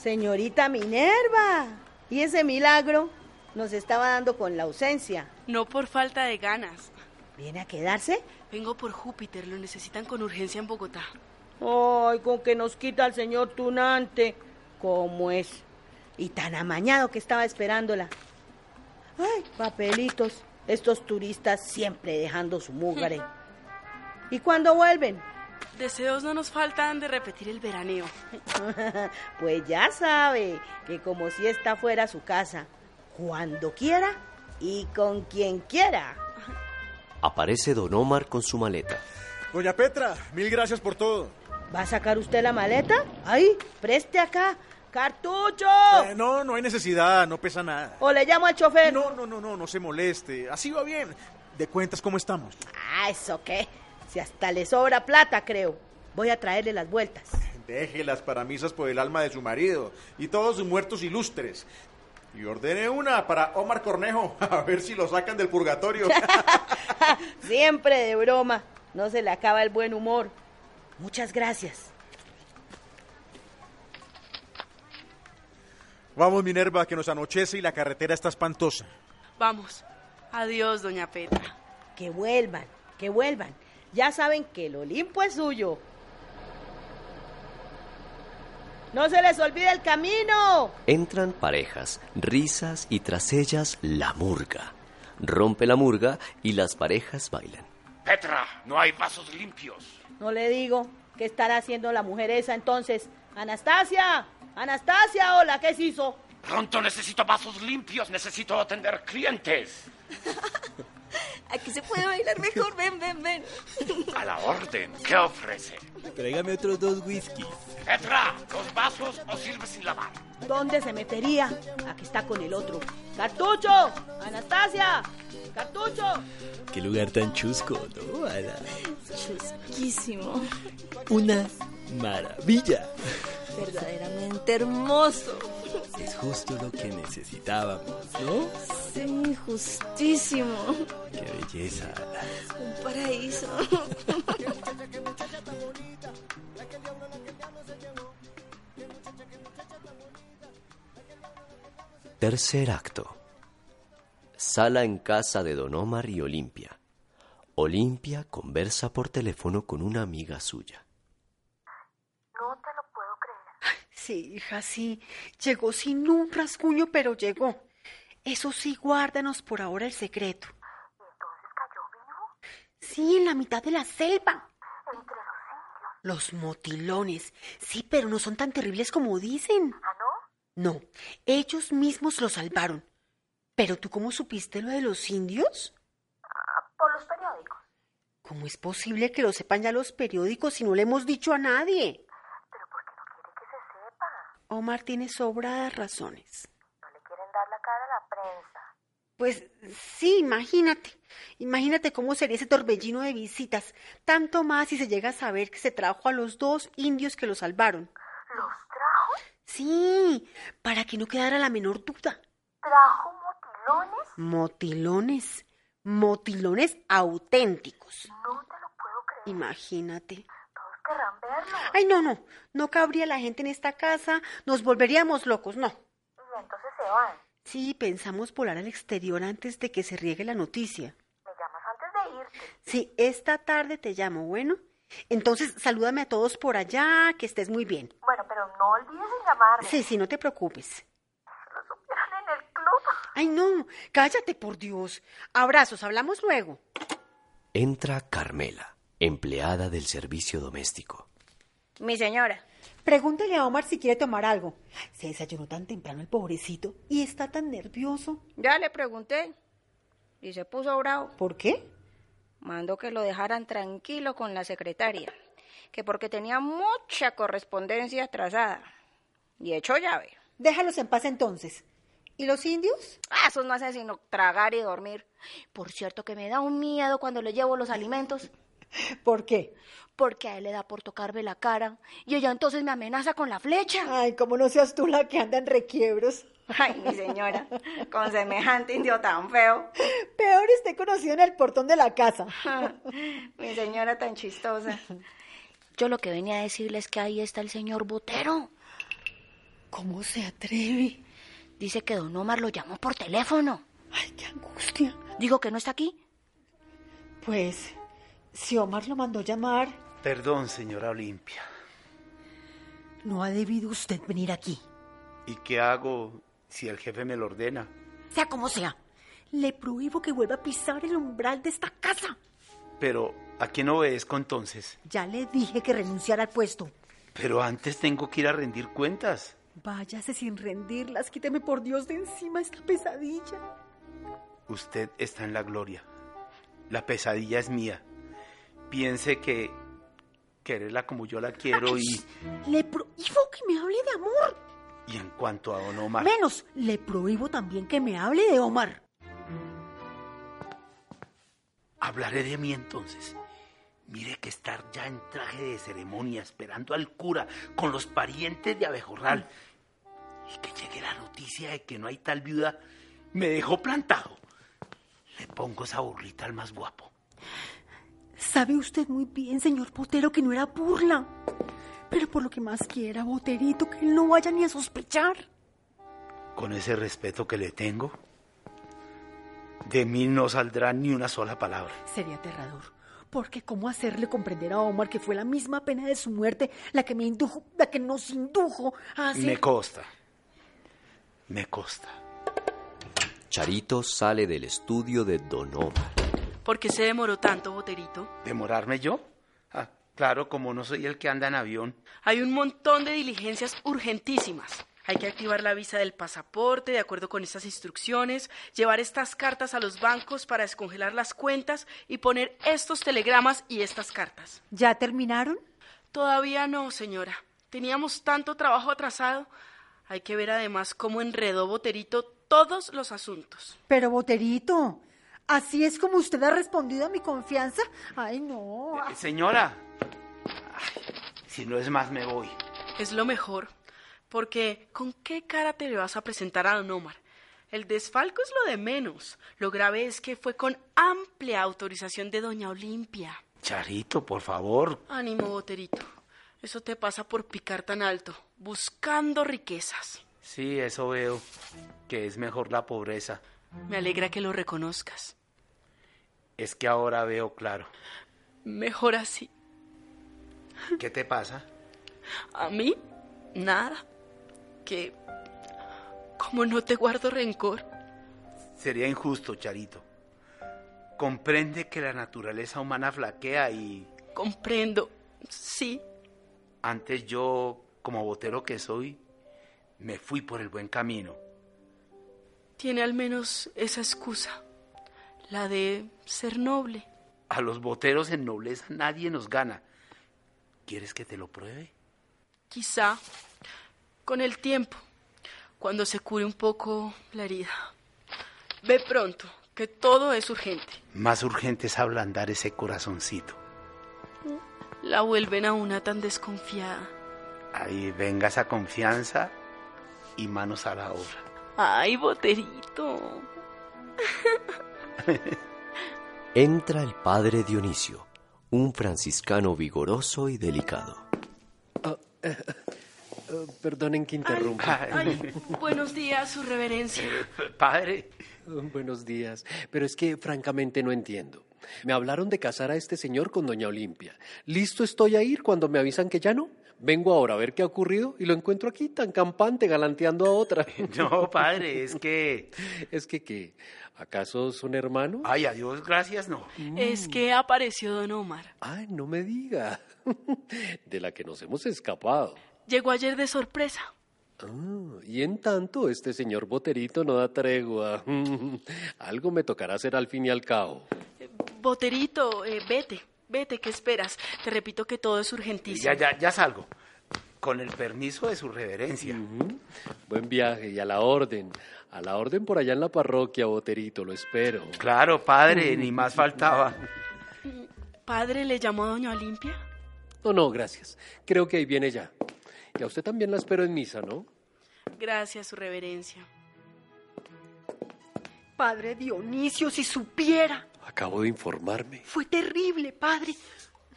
J: Señorita Minerva, ¿y ese milagro? Nos estaba dando con la ausencia.
E: No por falta de ganas.
J: ¿Viene a quedarse?
E: Vengo por Júpiter, lo necesitan con urgencia en Bogotá.
P: Ay, con que nos quita el señor Tunante.
J: ¿Cómo es? Y tan amañado que estaba esperándola. Ay, papelitos. Estos turistas siempre dejando su mugre. ¿Y cuándo vuelven?
E: Deseos no nos faltan de repetir el veraneo.
J: pues ya sabe que como si esta fuera su casa, cuando quiera, Y con quien quiera.
B: Aparece don Omar con su maleta.
J: Doña Petra, mil gracias por todo. ¿Va a sacar usted la maleta? Ahí, preste acá. ¡Cartucho!
H: Eh, no, no hay necesidad, no pesa nada.
J: ¿O le llamo al chofer?
H: No, no, no, no, no se moleste. Así va bien. De cuentas, ¿cómo estamos?
J: Ah, ¿eso qué? Si hasta le sobra plata, creo. Voy a traerle las vueltas.
H: Deje las paramisas por el alma de su marido y todos sus muertos ilustres. Y ordene una para Omar Cornejo, a ver si lo sacan del purgatorio.
J: Siempre de broma. No se le acaba el buen humor. Muchas gracias.
H: Vamos, Minerva, que nos anochece y la carretera está espantosa.
Q: Vamos. Adiós, doña Petra.
J: Que vuelvan, que vuelvan. Ya saben que el Olimpo es suyo. No se les olvide el camino.
B: Entran parejas, risas y tras ellas la murga. Rompe la murga y las parejas bailan.
N: Petra, no hay vasos limpios.
J: No le digo qué estará haciendo la mujer esa entonces. Anastasia, Anastasia, hola, ¿qué se hizo?
N: Pronto necesito vasos limpios, necesito atender clientes.
E: Aquí se puede bailar mejor, ven, ven, ven.
N: A la orden, ¿qué ofrece?
A: Tráigame otros dos whiskies.
N: Petra, los vasos o sirve sin lavar.
J: ¿Dónde se metería? Aquí está con el otro. ¡Cartucho! ¡Anastasia! ¡Cartucho!
A: Qué lugar tan chusco, ¿no? A la-
E: Chusquísimo.
A: Una maravilla.
E: Verdaderamente hermoso.
A: Es justo lo que necesitábamos, ¿no?
E: Sí, justísimo.
A: Qué belleza.
E: Un paraíso.
B: Tercer acto. Sala en casa de Don Omar y Olimpia. Olimpia conversa por teléfono con una amiga suya.
I: Sí, hija, sí. Llegó sin un rasguño, pero llegó. Eso sí, guárdanos por ahora el secreto. Sí, en la mitad de la selva. Los motilones. Sí, pero no son tan terribles como dicen. ¿Ah, no? No, ellos mismos lo salvaron. Pero tú cómo supiste lo de los indios?
E: Por los periódicos.
I: ¿Cómo es posible que lo sepan ya los periódicos si no le hemos dicho a nadie? Omar tiene sobradas razones.
E: Quieren dar la cara a la prensa.
I: Pues sí, imagínate. Imagínate cómo sería ese torbellino de visitas. Tanto más si se llega a saber que se trajo a los dos indios que lo salvaron.
E: ¿Los trajo?
I: Sí, para que no quedara la menor duda.
E: ¿Trajo motilones?
I: Motilones. Motilones auténticos.
E: No te lo puedo creer.
I: Imagínate.
E: Todos querrán verlo.
I: Ay, no, no. No cabría la gente en esta casa. Nos volveríamos locos, no.
E: Y entonces se van.
I: Sí, pensamos volar al exterior antes de que se riegue la noticia.
E: Me llamas antes de irte.
I: Sí, esta tarde te llamo, bueno. Entonces, salúdame a todos por allá, que estés muy bien.
E: Bueno, pero no olvides de llamarme.
I: Sí, sí, no te preocupes.
E: Están en el club.
I: Ay, no, cállate, por Dios. Abrazos, hablamos luego.
B: Entra Carmela, empleada del servicio doméstico.
I: Mi señora. Pregúntale a Omar si quiere tomar algo. Se desayunó tan temprano el pobrecito y está tan nervioso.
K: Ya le pregunté y se puso bravo.
I: ¿Por qué?
K: Mandó que lo dejaran tranquilo con la secretaria, que porque tenía mucha correspondencia atrasada. Y echó llave.
I: Déjalos en paz entonces. ¿Y los indios?
K: Ah, esos no hacen sino tragar y dormir. Por cierto que me da un miedo cuando le llevo los alimentos.
I: ¿Por qué?
K: Porque a él le da por tocarme la cara y ella entonces me amenaza con la flecha.
I: Ay, como no seas tú la que anda en requiebros.
K: Ay, mi señora, con semejante indio tan feo.
I: Peor esté conocido en el portón de la casa.
K: Mi señora tan chistosa. Yo lo que venía a decirles es que ahí está el señor Botero.
I: ¿Cómo se atreve?
K: Dice que don Omar lo llamó por teléfono.
I: Ay, qué angustia.
K: Digo que no está aquí.
I: Pues, si Omar lo mandó llamar,
F: Perdón, señora Olimpia.
I: no ha debido usted venir aquí.
F: ¿Y qué hago si el jefe me lo ordena?
I: Sea como sea, le prohíbo que vuelva a pisar el umbral de esta casa.
F: Pero, ¿a quién obedezco entonces?
I: Ya le dije que renunciara al puesto.
F: Pero antes tengo que ir a rendir cuentas.
I: Váyase sin rendirlas, quíteme por Dios de encima esta pesadilla.
F: Usted está en la gloria. La pesadilla es mía. Piense que quererla como yo la quiero y,
I: Le prohíbo que me hable de amor.
F: y en cuanto a Don Omar.
I: Menos, le prohíbo también que me hable de Omar.
F: Hablaré de mí entonces. Mire que estar ya en traje de ceremonia esperando al cura con los parientes de Abejorral y que llegue la noticia de que no hay tal viuda me dejó plantado. Le pongo esa burlita al más guapo.
I: Sabe usted muy bien, señor Botero, que no era burla. Pero por lo que más quiera, Boterito, que él no vaya ni a sospechar.
F: Con ese respeto que le tengo, de mí no saldrá ni una sola palabra.
I: Sería aterrador. Porque cómo hacerle comprender a Omar que fue la misma pena de su muerte la que me indujo, la que nos indujo a hacer...
F: Me costa. Me costa.
B: Charito sale del estudio de Don Omar.
E: ¿Por qué se demoró tanto, Boterito?
F: ¿Demorarme yo? Ah, claro, como no soy el que anda en avión.
E: Hay un montón de diligencias urgentísimas. Hay que activar la visa del pasaporte de acuerdo con estas instrucciones, llevar estas cartas a los bancos para descongelar las cuentas y poner estos telegramas y estas cartas.
I: ¿Ya terminaron?
E: Todavía no, señora. Teníamos tanto trabajo atrasado. Hay que ver además cómo enredó Boterito todos los asuntos.
I: Pero, Boterito, ¿así es como usted ha respondido a mi confianza? Ay, no.
F: Ah. Señora, ay, si no es más me voy.
E: Es lo mejor, porque ¿con qué cara te le vas a presentar a Don Omar? El desfalco es lo de menos. Lo grave es que fue con amplia autorización de Doña Olimpia.
F: Charito, por favor.
E: Ánimo, Boterito. Eso te pasa por picar tan alto, buscando riquezas.
F: Sí, eso veo, que es mejor la pobreza.
E: Me alegra que lo reconozcas.
F: Es que ahora veo claro.
E: Mejor así.
F: ¿Qué te pasa?
E: A mí, nada. Que... Como no te guardo rencor.
F: Sería injusto, Charito. Comprende que la naturaleza humana flaquea y
E: Comprendo. Sí,
F: antes yo, como botero que soy, me fui por el buen camino.
E: tiene al menos esa excusa. La de ser noble.
F: A los boteros en nobleza nadie nos gana. ¿Quieres que te lo pruebe?
E: Quizá con el tiempo, cuando se cure un poco la herida. Ve pronto, que todo es urgente.
F: Más urgente es ablandar ese corazoncito.
E: La vuelven a una tan desconfiada.
F: Ahí venga esa confianza y manos a la obra.
E: Ay, boterito.
B: Entra el padre Dionisio, un franciscano vigoroso y delicado.
R: Ah, Perdonen ah, que interrumpa.
E: Ay, buenos días, su reverencia.
F: Padre.
R: Oh, Buenos días. Pero es que francamente no entiendo. Me hablaron de casar a este señor con doña Olimpia. Listo estoy a ir cuando me avisan que ya no. Vengo ahora a ver qué ha ocurrido y lo encuentro aquí tan campante galanteando a otra.
F: No, padre, es que...
R: ¿Es que qué? ¿Acaso son hermanos? Mm,
F: Ay, a Dios gracias, no.
E: Es que apareció don Omar.
R: Ay, no me diga. De la que nos hemos escapado.
E: Llegó ayer de sorpresa.
R: Ah, y en tanto, este señor Boterito no da tregua. Algo me tocará hacer al fin y al cabo.
E: Boterito, eh, vete, vete, ¿qué esperas? Te repito que todo es urgentísimo.
F: Ya, ya, ya salgo. Con el permiso de su reverencia.
R: Buen viaje y a la orden. A la orden por allá en la parroquia, Boterito, lo espero.
F: Claro, padre, ni más faltaba.
E: ¿Padre le llamó a doña Olimpia?
R: No, no, gracias. Creo que ahí viene ya. Y a usted también la espero en misa, ¿no?
E: Gracias, su reverencia.
I: Padre Dionisio, si supiera.
R: Acabo de informarme.
I: Fue terrible, padre.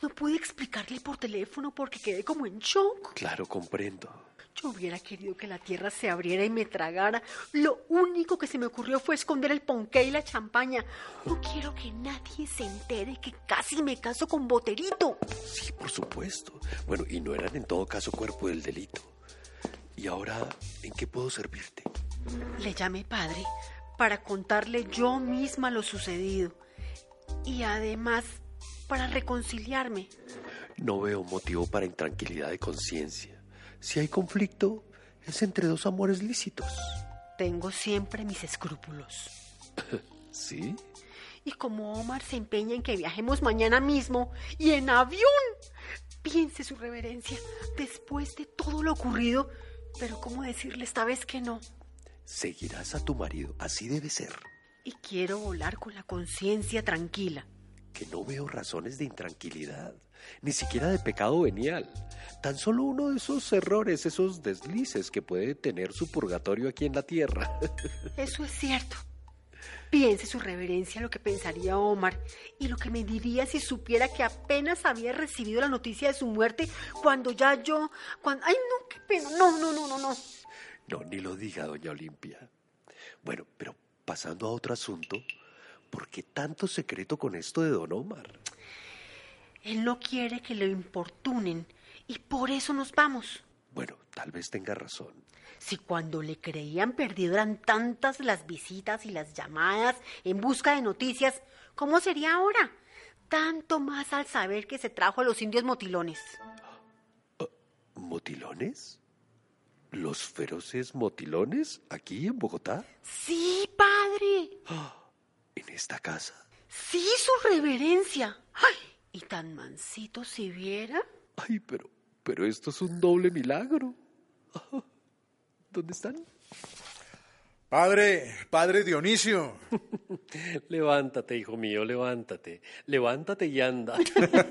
I: No pude explicarle por teléfono porque quedé como en shock.
R: Claro, comprendo.
I: Yo hubiera querido que la tierra se abriera y me tragara. Lo único que se me ocurrió fue esconder el ponqué y la champaña. No quiero que nadie se entere que casi me caso con Boterito.
R: Sí, por supuesto. Bueno, y no eran en todo caso cuerpo del delito. ¿Y ahora en qué puedo servirte?
I: Le llamé padre para contarle yo misma lo sucedido y además para reconciliarme.
R: No veo motivo para intranquilidad de conciencia. Si hay conflicto, es entre dos amores lícitos.
I: Tengo siempre mis escrúpulos.
R: ¿Sí?
I: Y como Omar se empeña en que viajemos mañana mismo y en avión, piense su reverencia, después de todo lo ocurrido, pero ¿cómo decirle esta vez que no?
R: Seguirás a tu marido, así debe ser.
I: Y quiero volar con la conciencia tranquila.
R: Que no veo razones de intranquilidad, ni siquiera de pecado venial. Tan solo uno de esos errores, esos deslices que puede tener su purgatorio aquí en la tierra.
I: Eso es cierto. Piense su reverencia lo que pensaría Omar y lo que me diría si supiera que apenas había recibido la noticia de su muerte cuando ya yo... Cuando... Ay, no, qué pena. No, no, no, no, no.
R: No, ni lo diga, doña Olimpia. Bueno, pero pasando a otro asunto, ¿por qué tanto secreto con esto de don Omar?
I: Él no quiere que lo importunen y por eso nos vamos.
R: Bueno, tal vez tenga razón.
I: Si cuando le creían perdido eran tantas las visitas y las llamadas en busca de noticias, ¿cómo sería ahora? Tanto más al saber que se trajo a los indios motilones.
R: ¿Motilones? ¿Los feroces motilones aquí en Bogotá?
I: Sí, padre.
R: ¿En esta casa?
I: Sí, su reverencia. Ay, y tan mansito si viera.
R: Ay, pero, pero esto es un doble milagro. ¿Dónde están?
H: Padre, padre Dionisio.
R: Levántate, hijo mío, levántate. Levántate y anda.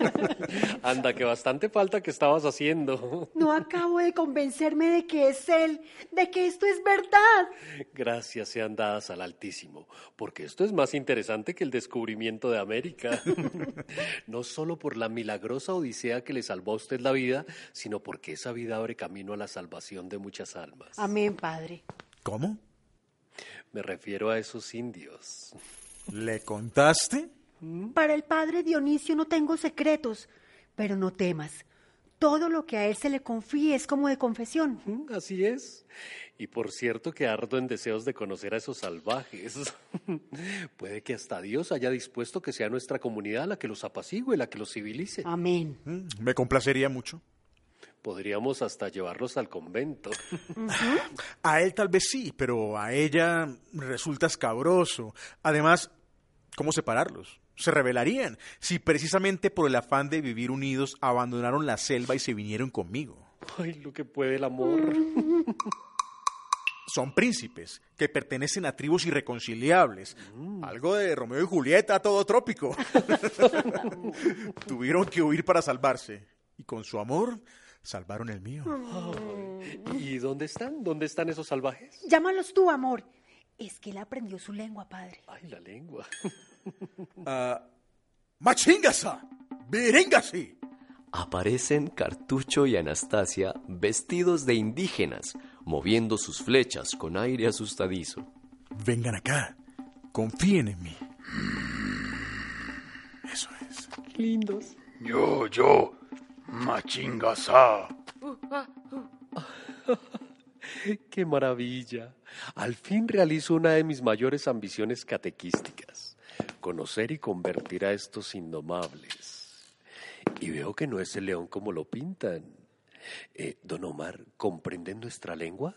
R: anda, que bastante falta que estabas haciendo.
I: No acabo de convencerme de que es él, de que esto es verdad.
R: Gracias sean dadas al Altísimo, porque esto es más interesante que el descubrimiento de América. no solo por la milagrosa odisea que le salvó a usted la vida, sino porque esa vida abre camino a la salvación de muchas almas.
I: Amén, Padre.
H: ¿Cómo?
R: Me refiero a esos indios.
H: ¿Le contaste?
I: Para el padre Dionisio no tengo secretos, pero no temas. Todo lo que a él se le confíe es como de confesión.
R: Mm, Así es. Y por cierto que ardo en deseos de conocer a esos salvajes. Puede que hasta Dios haya dispuesto que sea nuestra comunidad la que los apacigüe, la que los civilice.
I: Amén.
H: Me complacería mucho.
R: Podríamos hasta llevarlos al convento.
H: A él tal vez sí, pero a ella resulta escabroso. Además, ¿cómo separarlos? Se rebelarían si precisamente por el afán de vivir unidos abandonaron la selva y se vinieron conmigo.
R: Ay, lo que puede el amor.
H: Son príncipes que pertenecen a tribus irreconciliables. Algo de Romeo y Julieta, todo trópico. Tuvieron que huir para salvarse. Y con su amor salvaron el mío.
R: Ay, ¿Y dónde están? ¿Dónde están esos salvajes?
I: Llámalos tú, amor. Es que él aprendió su lengua, padre.
R: Ay, la lengua.
H: Ah, ¡Machingasa! Ah, ¡Virengasi!
B: Aparecen Cartucho y Anastasia vestidos de indígenas, moviendo sus flechas con aire asustadizo.
H: Vengan acá. Confíen en mí. Eso es.
R: Lindos.
C: Yo, yo, Machingasá.
R: ¡Qué maravilla! Al fin realizo una de mis mayores ambiciones catequísticas, conocer y convertir a estos indomables. Y veo que no es el león como lo pintan. Eh, don Omar, ¿comprenden nuestra lengua?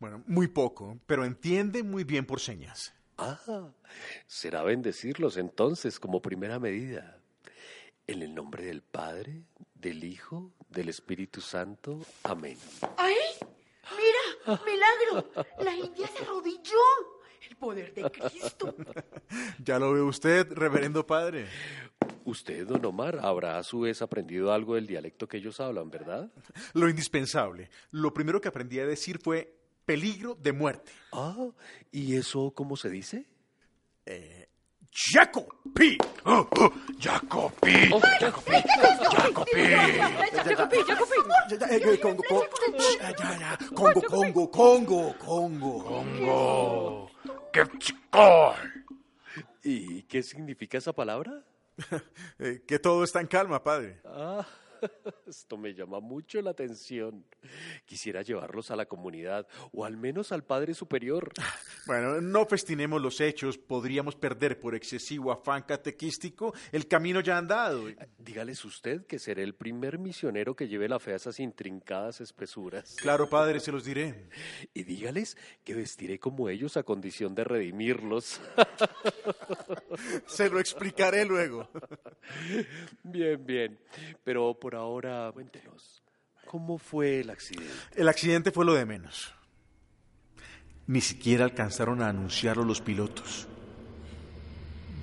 H: Bueno, muy poco, pero entiende muy bien por señas.
R: Ah, será bendecirlos entonces como primera medida. En el nombre del Padre, del Hijo, del Espíritu Santo. Amén.
I: ¡Ay! ¡Mira! ¡Milagro! La India se arrodilló. El poder de Cristo.
H: Ya lo ve usted, reverendo padre.
R: Usted, don Omar, habrá a su vez aprendido algo del dialecto que ellos hablan, ¿verdad?
H: Lo indispensable. Lo primero que aprendí a decir fue peligro de muerte.
R: Ah, ¿y eso cómo se dice?
H: Eh, ¡Jacopi!
C: Oh, oh, Jacopi. Jacopi.
S: Jacopi, Jacopi.
H: Ya, ya, eh, eh, Congo, co- ya, ya, ya. Congo, Congo, Congo, Congo.
C: Congo. Kepchikol.
R: ¿Y qué significa esa palabra?
H: Eh, que todo está en calma, padre.
R: Ah, Esto me llama mucho la atención. Quisiera llevarlos a la comunidad o al menos al Padre Superior.
H: Bueno, no festinemos los hechos, podríamos perder por excesivo afán catequístico el camino ya andado.
R: Dígales usted que seré el primer misionero que lleve la fe a esas intrincadas espesuras.
H: Claro, padre, se los diré.
R: Y dígales que vestiré como ellos a condición de redimirlos.
H: Se lo explicaré luego.
R: Bien, bien. Pero por ahora, cuéntenos, ¿cómo fue el accidente?
H: El accidente fue lo de menos. Ni siquiera alcanzaron a anunciarlo los pilotos.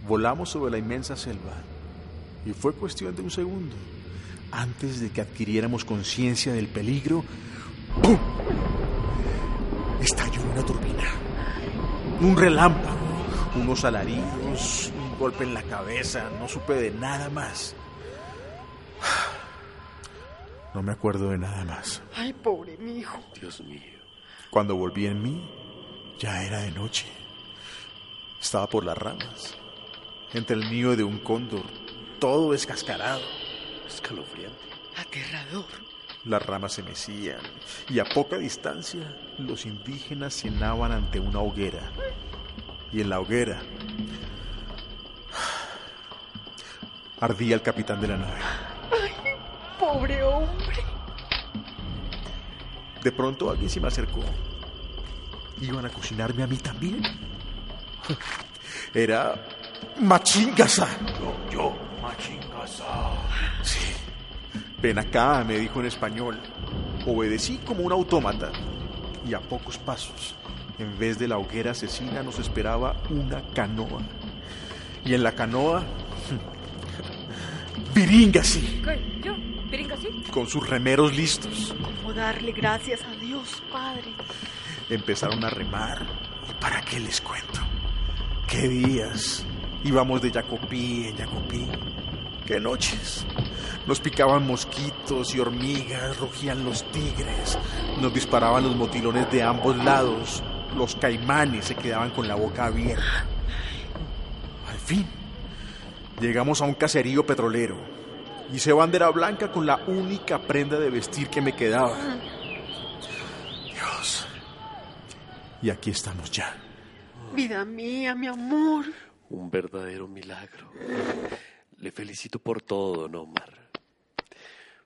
H: Volamos sobre la inmensa selva y fue cuestión de un segundo. Antes de que adquiriéramos conciencia del peligro, ¡pum! Estalló una turbina, un relámpago, unos alaridos, un golpe en la cabeza, no supe de nada más. No me acuerdo de nada más.
T: Ay, pobre mi hijo.
R: Dios mío.
H: Cuando volví en mí, ya era de noche. Estaba por las ramas, entre el nido de un cóndor, todo descascarado.
R: Escalofriante.
T: Aterrador.
H: Las ramas se mecían y a poca distancia los indígenas cenaban ante una hoguera. Y en la hoguera ardía el capitán de la nave.
T: Ay, pobre hombre.
H: De pronto alguien se me acercó. Iban a cocinarme a mí también. Era Machingasa. Yo, yo, Machingasa. Sí. Ven acá, me dijo en español. Obedecí como un autómata. Y a pocos pasos, en vez de la hoguera asesina, nos esperaba una canoa. Y en la canoa, Viringasi,
T: ¿Qué? ¿Yo? ¿Piringa así?
H: con sus remeros listos.
T: ¿Cómo darle gracias a Dios, padre?
H: Empezaron a remar. ¿Y para qué les cuento? ¿Qué días? Íbamos de Jacopí en Jacopí. ¿Qué noches? Nos picaban mosquitos y hormigas, rugían los tigres, nos disparaban los motilones de ambos lados, los caimanes se quedaban con la boca abierta. Al fin, llegamos a un caserío petrolero. Hice bandera blanca con la única prenda de vestir que me quedaba. Dios. Y aquí estamos ya.
T: Vida mía, mi amor.
R: Un verdadero milagro. Le felicito por todo, don Omar.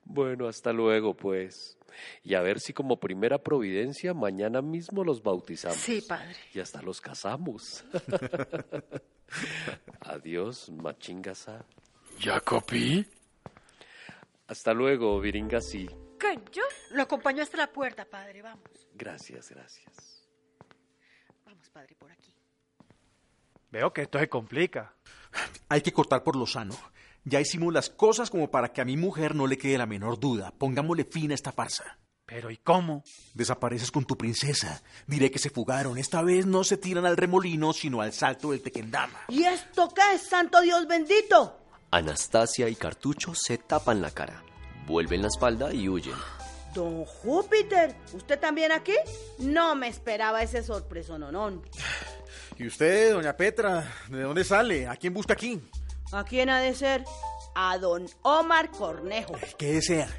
R: Bueno, hasta luego, pues. Y a ver si como primera providencia mañana mismo los bautizamos.
T: Sí, padre.
R: Y hasta los casamos. Adiós, machingasa.
T: ¿Jacopí?
R: Hasta luego, viringasi.
T: ¿Qué? ¿Yo? Lo acompaño hasta la puerta, padre. Vamos.
R: Gracias, gracias.
T: Vamos, padre, por aquí.
D: Veo que esto se complica.
H: Hay que cortar por lo sano. Ya hicimos las cosas como para que a mi mujer no le quede la menor duda. Pongámosle fin a esta farsa.
D: Pero ¿y cómo?
H: Desapareces con tu princesa. Diré que se fugaron. Esta vez no se tiran al remolino, sino al salto del tequendama.
J: ¿Y esto qué es, santo Dios bendito?
B: Anastasia y Cartucho se tapan la cara, vuelven la espalda y huyen.
J: Don Júpiter, ¿usted también aquí? No me esperaba ese sorpreso, nonón.
G: ¿Y usted, doña Petra, de dónde sale? ¿A quién busca aquí?
J: ¿A quién ha de ser? A don Omar Cornejo.
H: ¿Qué desea?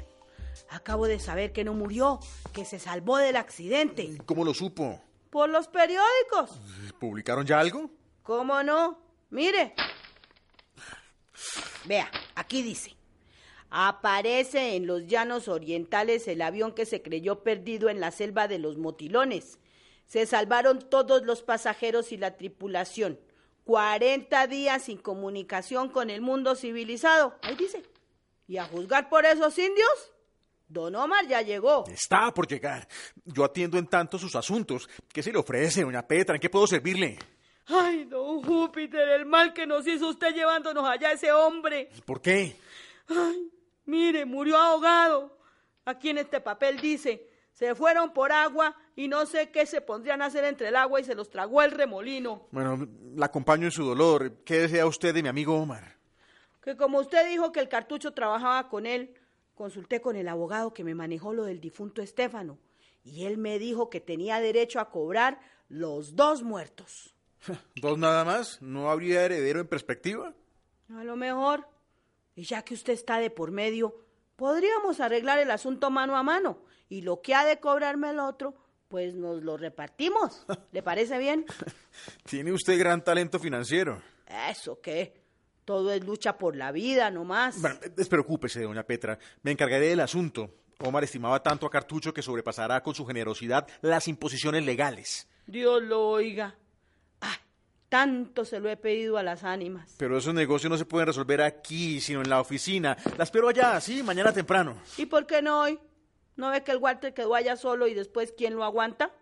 J: Acabo de saber que no murió, que se salvó del accidente.
H: ¿Cómo lo supo?
J: Por los periódicos.
H: ¿Publicaron ya algo?
J: ¿Cómo no? Mire. Vea, aquí dice. Aparece en los llanos orientales el avión que se creyó perdido en la selva de los motilones. Se salvaron todos los pasajeros y la tripulación. 40 días sin comunicación con el mundo civilizado. Ahí dice. Y a juzgar por esos indios, Don Omar ya llegó.
H: Está por llegar. Yo atiendo en tanto sus asuntos. ¿Qué se le ofrece, doña Petra? ¿En qué puedo servirle?
J: Ay, don Júpiter, el mal que nos hizo usted llevándonos allá ese hombre.
H: ¿Por qué?
J: Ay, mire, murió ahogado. Aquí en este papel dice, se fueron por agua y no sé qué se pondrían a hacer entre el agua y se los tragó el remolino.
H: Bueno, la acompaño en su dolor. ¿Qué desea usted de mi amigo Omar?
J: Que como usted dijo que el cartucho trabajaba con él, consulté con el abogado que me manejó lo del difunto Estefano y él me dijo que tenía derecho a cobrar los dos muertos.
G: ¿Dos nada más? ¿No habría heredero en perspectiva?
J: A lo mejor. Y ya que usted está de por medio, Podríamos arreglar el asunto mano a mano y lo que ha de cobrarme el otro, pues nos lo repartimos. ¿Le parece bien?
H: Tiene usted gran talento financiero.
J: Eso qué. Todo es lucha por la vida nomás.
H: Bueno, despreocúpese, doña Petra. Me encargaré del asunto. Omar estimaba tanto a Cartucho que sobrepasará con su generosidad las imposiciones legales.
J: Dios lo oiga. Ay, tanto se lo he pedido a las ánimas.
H: Pero esos negocios no se pueden resolver aquí, sino en la oficina. La espero allá, sí, mañana temprano.
J: ¿Y por qué no hoy? ¿No ve que el Walter quedó allá solo y después quién lo aguanta?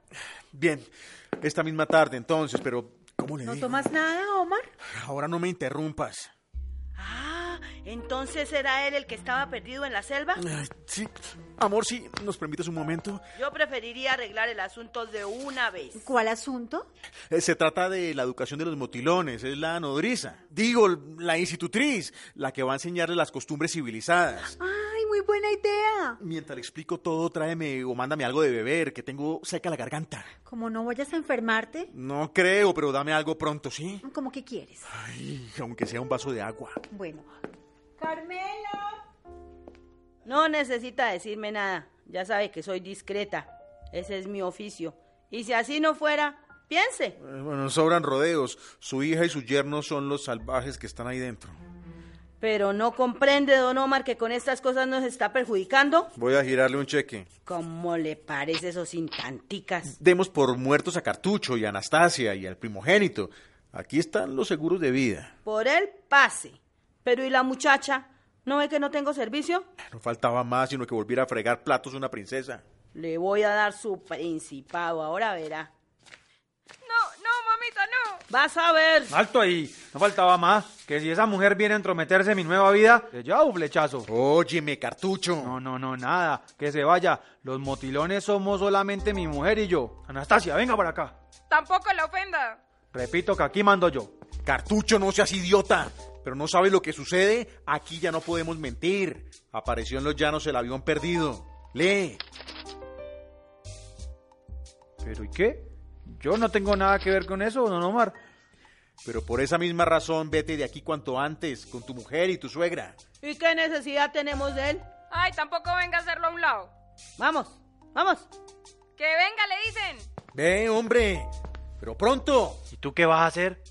H: Bien, esta misma tarde entonces, pero ¿cómo le
J: ¿No
H: digo?
J: tomas nada, Omar?
H: Ahora no me interrumpas.
J: Ah, entonces era él el que estaba perdido en la selva.
H: Ay, Sí, amor, sí, ¿nos permites un momento?
J: Yo preferiría arreglar el asunto de una vez.
I: ¿Cuál asunto?
H: Eh, Se trata de la educación de los motilones, es la nodriza. Digo, la institutriz, la que va a enseñarle las costumbres civilizadas.
I: ¡Ay, muy buena idea!
H: Mientras le explico todo, tráeme o mándame algo de beber, que tengo seca la garganta.
I: Como no vayas a enfermarte,
H: No creo, pero dame algo pronto, ¿sí?
I: como que quieres.
H: Ay, aunque sea un vaso de agua.
I: Bueno,
J: ¡Carmela! No necesita decirme nada. Ya sabe que soy discreta. Ese es mi oficio. Y si así no fuera, piense.
H: Eh, Bueno, sobran rodeos. Su hija y su yerno son los salvajes que están ahí dentro.
J: Pero no comprende, don Omar, que con estas cosas nos está perjudicando.
H: Voy a girarle un cheque.
J: ¿Cómo le parece esos intanticas?
H: Demos por muertos a Cartucho y a Anastasia y al primogénito. Aquí están los seguros de vida.
J: Por él, pase. Pero ¿y la muchacha? ¿No ve que no tengo servicio?
H: No faltaba más sino que volviera a fregar platos una princesa.
J: Le voy a dar su principado, ahora verá.
K: No, no, mamita, no.
J: Vas a ver.
D: Alto ahí, no faltaba más. Que si esa mujer viene a entrometerse en mi nueva vida, le llevo un flechazo.
H: Óyeme, cartucho.
D: No, no, no, nada. Que se vaya. Los motilones somos solamente mi mujer y yo. Anastasia, venga para acá.
K: Tampoco la ofenda.
D: Repito que aquí mando yo.
H: Cartucho, no seas idiota. Pero no sabes lo que sucede. Aquí ya no podemos mentir. Apareció en los llanos el avión perdido. Lee.
D: ¿Pero y qué? Yo no tengo nada que ver con eso, don Omar.
H: Pero por esa misma razón, vete de aquí cuanto antes, con tu mujer y tu suegra.
J: ¿Y qué necesidad tenemos de él?
K: Ay, tampoco venga a hacerlo a un lado.
J: Vamos, vamos.
K: Que venga, le dicen.
H: Ve, hombre. Pero pronto.
D: ¿Y tú qué vas a hacer?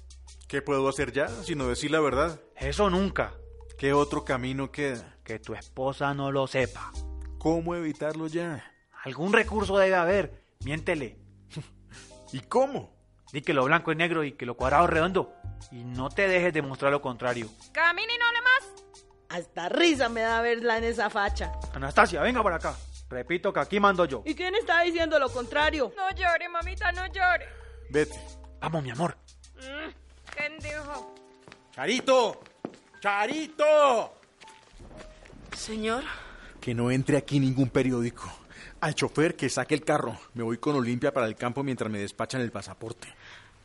H: ¿Qué puedo hacer ya, sino decir la verdad?
D: Eso nunca.
H: ¿Qué otro camino queda?
D: Que tu esposa no lo sepa.
H: ¿Cómo evitarlo ya?
D: Algún recurso debe haber. Miéntele.
H: ¿Y cómo?
D: Di que lo blanco es negro y que lo cuadrado es redondo. Y no te dejes demostrar lo contrario.
K: Camine y no hable más.
J: Hasta risa me da verla en esa facha.
D: Anastasia, venga para acá. Repito que aquí mando yo.
J: ¿Y quién está diciendo lo contrario?
K: No llore, mamita, no llore.
H: Vete.
D: Vamos, mi amor.
K: Mm, pendejo.
H: ¡Charito! ¡Charito!
E: Señor,
H: Que no entre aquí ningún periódico. Al chofer que saque el carro. Me voy con Olimpia para el campo mientras me despachan el pasaporte.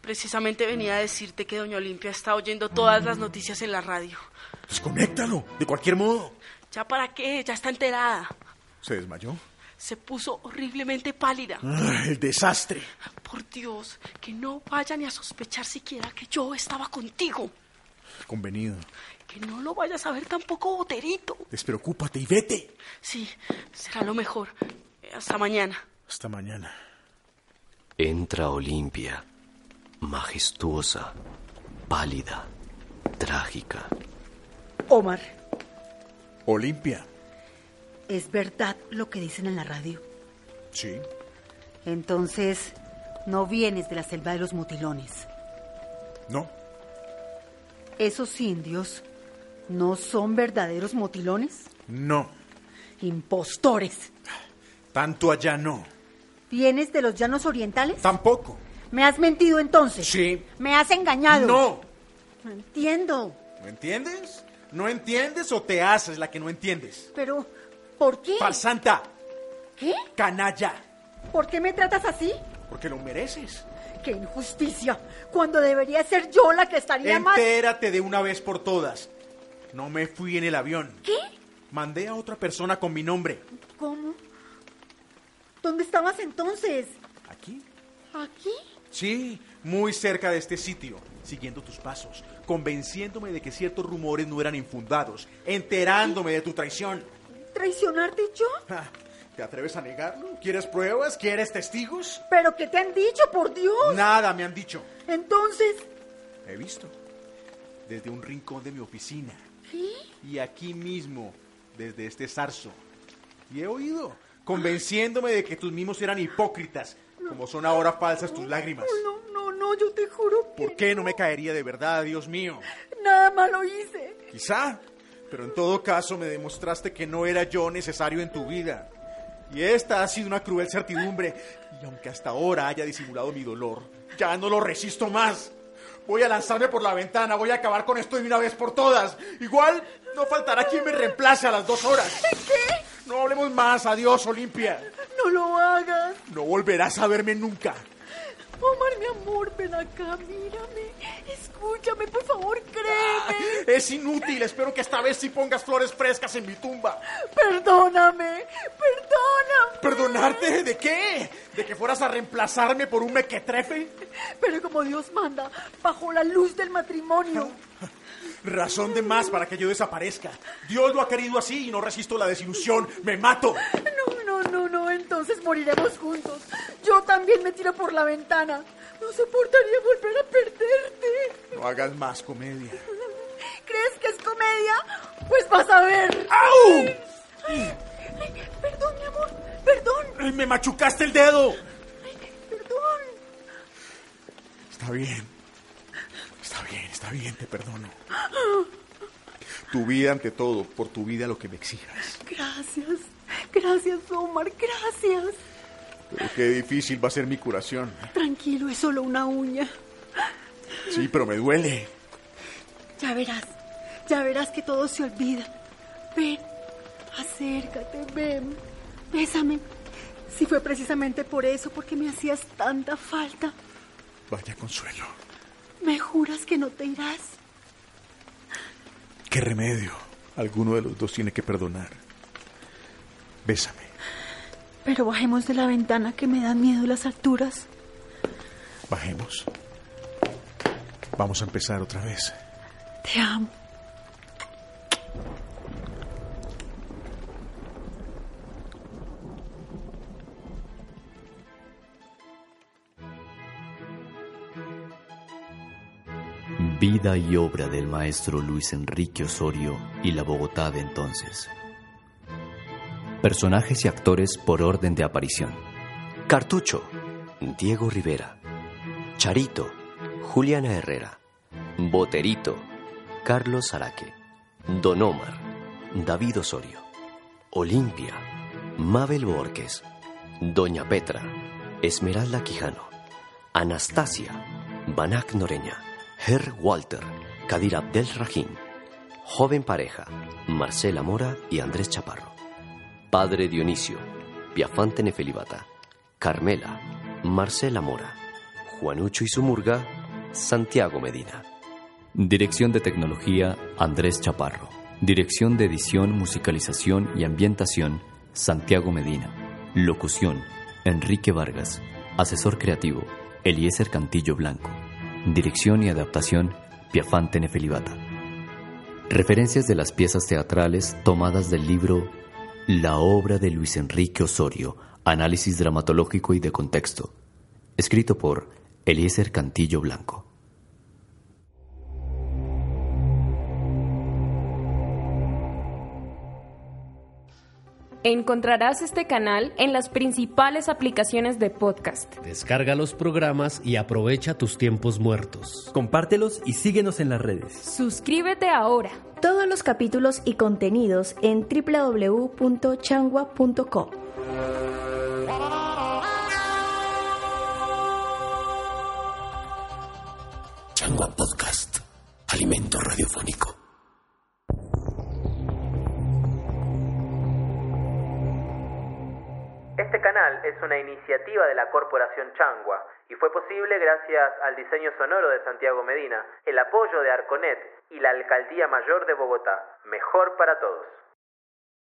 E: precisamente venía a decirte que Doña Olimpia está oyendo todas las noticias en la radio.
H: ¡Desconéctalo! De cualquier modo.
E: ¿Ya para qué? Ya está enterada.
H: ¿Se desmayó?
E: Se puso horriblemente pálida.
H: ¡Ah, el desastre.
E: Por Dios, que no vaya ni a sospechar siquiera que yo estaba contigo.
H: Convenido.
E: Que no lo vaya a saber tampoco Boterito.
H: Despreocúpate y vete.
E: Sí, será lo mejor. Hasta mañana.
H: Hasta mañana.
B: Entra Olimpia, majestuosa, pálida, trágica.
I: Omar,
H: Olimpia.
I: ¿es verdad lo que dicen en la radio?
H: Sí.
I: Entonces, no vienes de la selva de los mutilones.
H: No.
I: ¿Esos indios no son verdaderos motilones?
H: No.
I: Impostores.
H: Tanto allá no.
I: ¿Vienes de los llanos orientales?
H: Tampoco.
I: ¿Me has mentido entonces?
H: Sí.
I: ¿Me has engañado?
H: No.
I: No entiendo.
H: ¿No entiendes? ¿No entiendes o te haces la que no entiendes?
I: Pero, ¿por qué?
H: Farsanta,
I: ¿Qué?
H: canalla,
I: ¿Por qué me tratas así?
H: porque lo mereces.
I: ¡Qué injusticia! Cuando debería ser yo la que estaría más...
H: Entérate de una vez por todas. No me fui en el avión.
I: ¿Qué?
H: Mandé a otra persona con mi nombre.
I: ¿Cómo? ¿Dónde estabas entonces?
H: ¿Aquí?
I: ¿Aquí?
H: Sí, muy cerca de este sitio, siguiendo tus pasos, convenciéndome de que ciertos rumores no eran infundados, enterándome de tu traición. Ah,
I: ¿Traicionarte yo?
H: ¿Te atreves a negarlo? ¿Quieres pruebas? ¿Quieres testigos?
I: ¿Pero qué te han dicho, por Dios?
H: Nada me han dicho.
I: Entonces,
H: He visto. Desde un rincón de mi oficina.
I: ¿qué?
H: Y aquí mismo, desde este zarzo. Y he oído, convenciéndome de que tus mimos eran hipócritas, como son ahora falsas tus lágrimas.
I: No, no, no, yo te juro
H: ¿Por qué no me caería de verdad, Dios mío?
I: que nada malo hice.
H: Quizá, pero en todo caso me demostraste que no era yo necesario en tu vida. Y esta ha sido una cruel certidumbre, y aunque hasta ahora haya disimulado mi dolor, ya no lo resisto más. Voy a lanzarme por la ventana, voy a acabar con esto de una vez por todas. Igual no faltará quien me reemplace a las dos horas.
I: ¿Qué?
H: No hablemos más, adiós Olimpia.
I: No lo hagas.
H: No volverás a verme nunca.
I: Omar, mi amor, ven acá, mírame. Escúchame, por favor, créeme.
H: Es inútil, espero que esta vez sí pongas flores frescas en mi tumba.
I: Perdóname, perdóname.
H: ¿Perdonarte? ¿De qué? ¿De que fueras a reemplazarme por un mequetrefe?
I: Pero como Dios manda, bajo la luz del matrimonio.
H: Razón de más para que yo desaparezca. Dios lo ha querido así y no resisto la desilusión. ¡Me mato!
I: No, no, no, no, entonces moriremos juntos. Yo también me tiro por la ventana. No soportaría volver a perderte.
H: No hagas más comedia.
I: ¿Crees que es comedia? Pues vas a ver.
H: ¡Au!
I: Ay, ay, perdón, mi amor, perdón,
H: ¡Ay, ¡Me machucaste el dedo!
I: perdón.
H: Está bien. Está bien, está bien, te perdono. Tu vida ante todo, por tu vida lo que me exijas.
I: Gracias, gracias, Omar, gracias.
H: Pero qué difícil va a ser mi curación.
I: Tranquilo, es solo una uña.
H: Sí, pero me duele.
I: Ya verás, ya verás que todo se olvida. Ven, acércate, ven, bésame. Si fue precisamente por eso, porque me hacías tanta falta.
H: Vaya consuelo.
I: ¿Me juras que no te irás?
H: ¿Qué remedio? Alguno de los dos tiene que perdonar. Bésame.
I: Pero bajemos de la ventana que me dan miedo las alturas.
H: Bajemos. Vamos a empezar otra vez.
I: Te amo.
B: Vida y obra del maestro Luis Enrique Osorio y la Bogotá de entonces. Personajes y actores por orden de aparición. Cartucho, Diego Rivera. Charito, Juliana Herrera. Boterito, Carlos Araque. Don Omar, David Osorio. Olimpia, Mabel Borges. Doña Petra, Esmeralda Quijano. Anastasia, Banak Noreña. Her Walter, Kadir Abdel Rahim. Joven pareja, Marcela Mora y Andrés Chaparro. Padre Dionisio, Piafante Nefelibata, Carmela, Marcela Mora, Juanucho y su murga, Santiago Medina. Dirección de Tecnología, Andrés Chaparro. Dirección de Edición, Musicalización y Ambientación, Santiago Medina. Locución, Enrique Vargas. Asesor creativo, Eliezer Cantillo Blanco. Dirección y adaptación, Piafante Nefelibata. Referencias de las piezas teatrales tomadas del libro La obra de Luis Enrique Osorio, análisis dramatológico y de contexto, escrito por Eliezer Cantillo Blanco.
K: Encontrarás este canal en las principales aplicaciones de podcast.
R: Descarga los programas y aprovecha tus tiempos muertos.
U: Compártelos y síguenos en las redes.
K: Suscríbete ahora.
V: Todos los capítulos y contenidos en www.changua.com.
B: Changua Podcast. Alimento radiofónico.
A: Este canal es una iniciativa de la Corporación Changua y fue posible gracias al diseño sonoro de Santiago Medina, el apoyo de Arconet y la Alcaldía Mayor de Bogotá. Mejor para todos.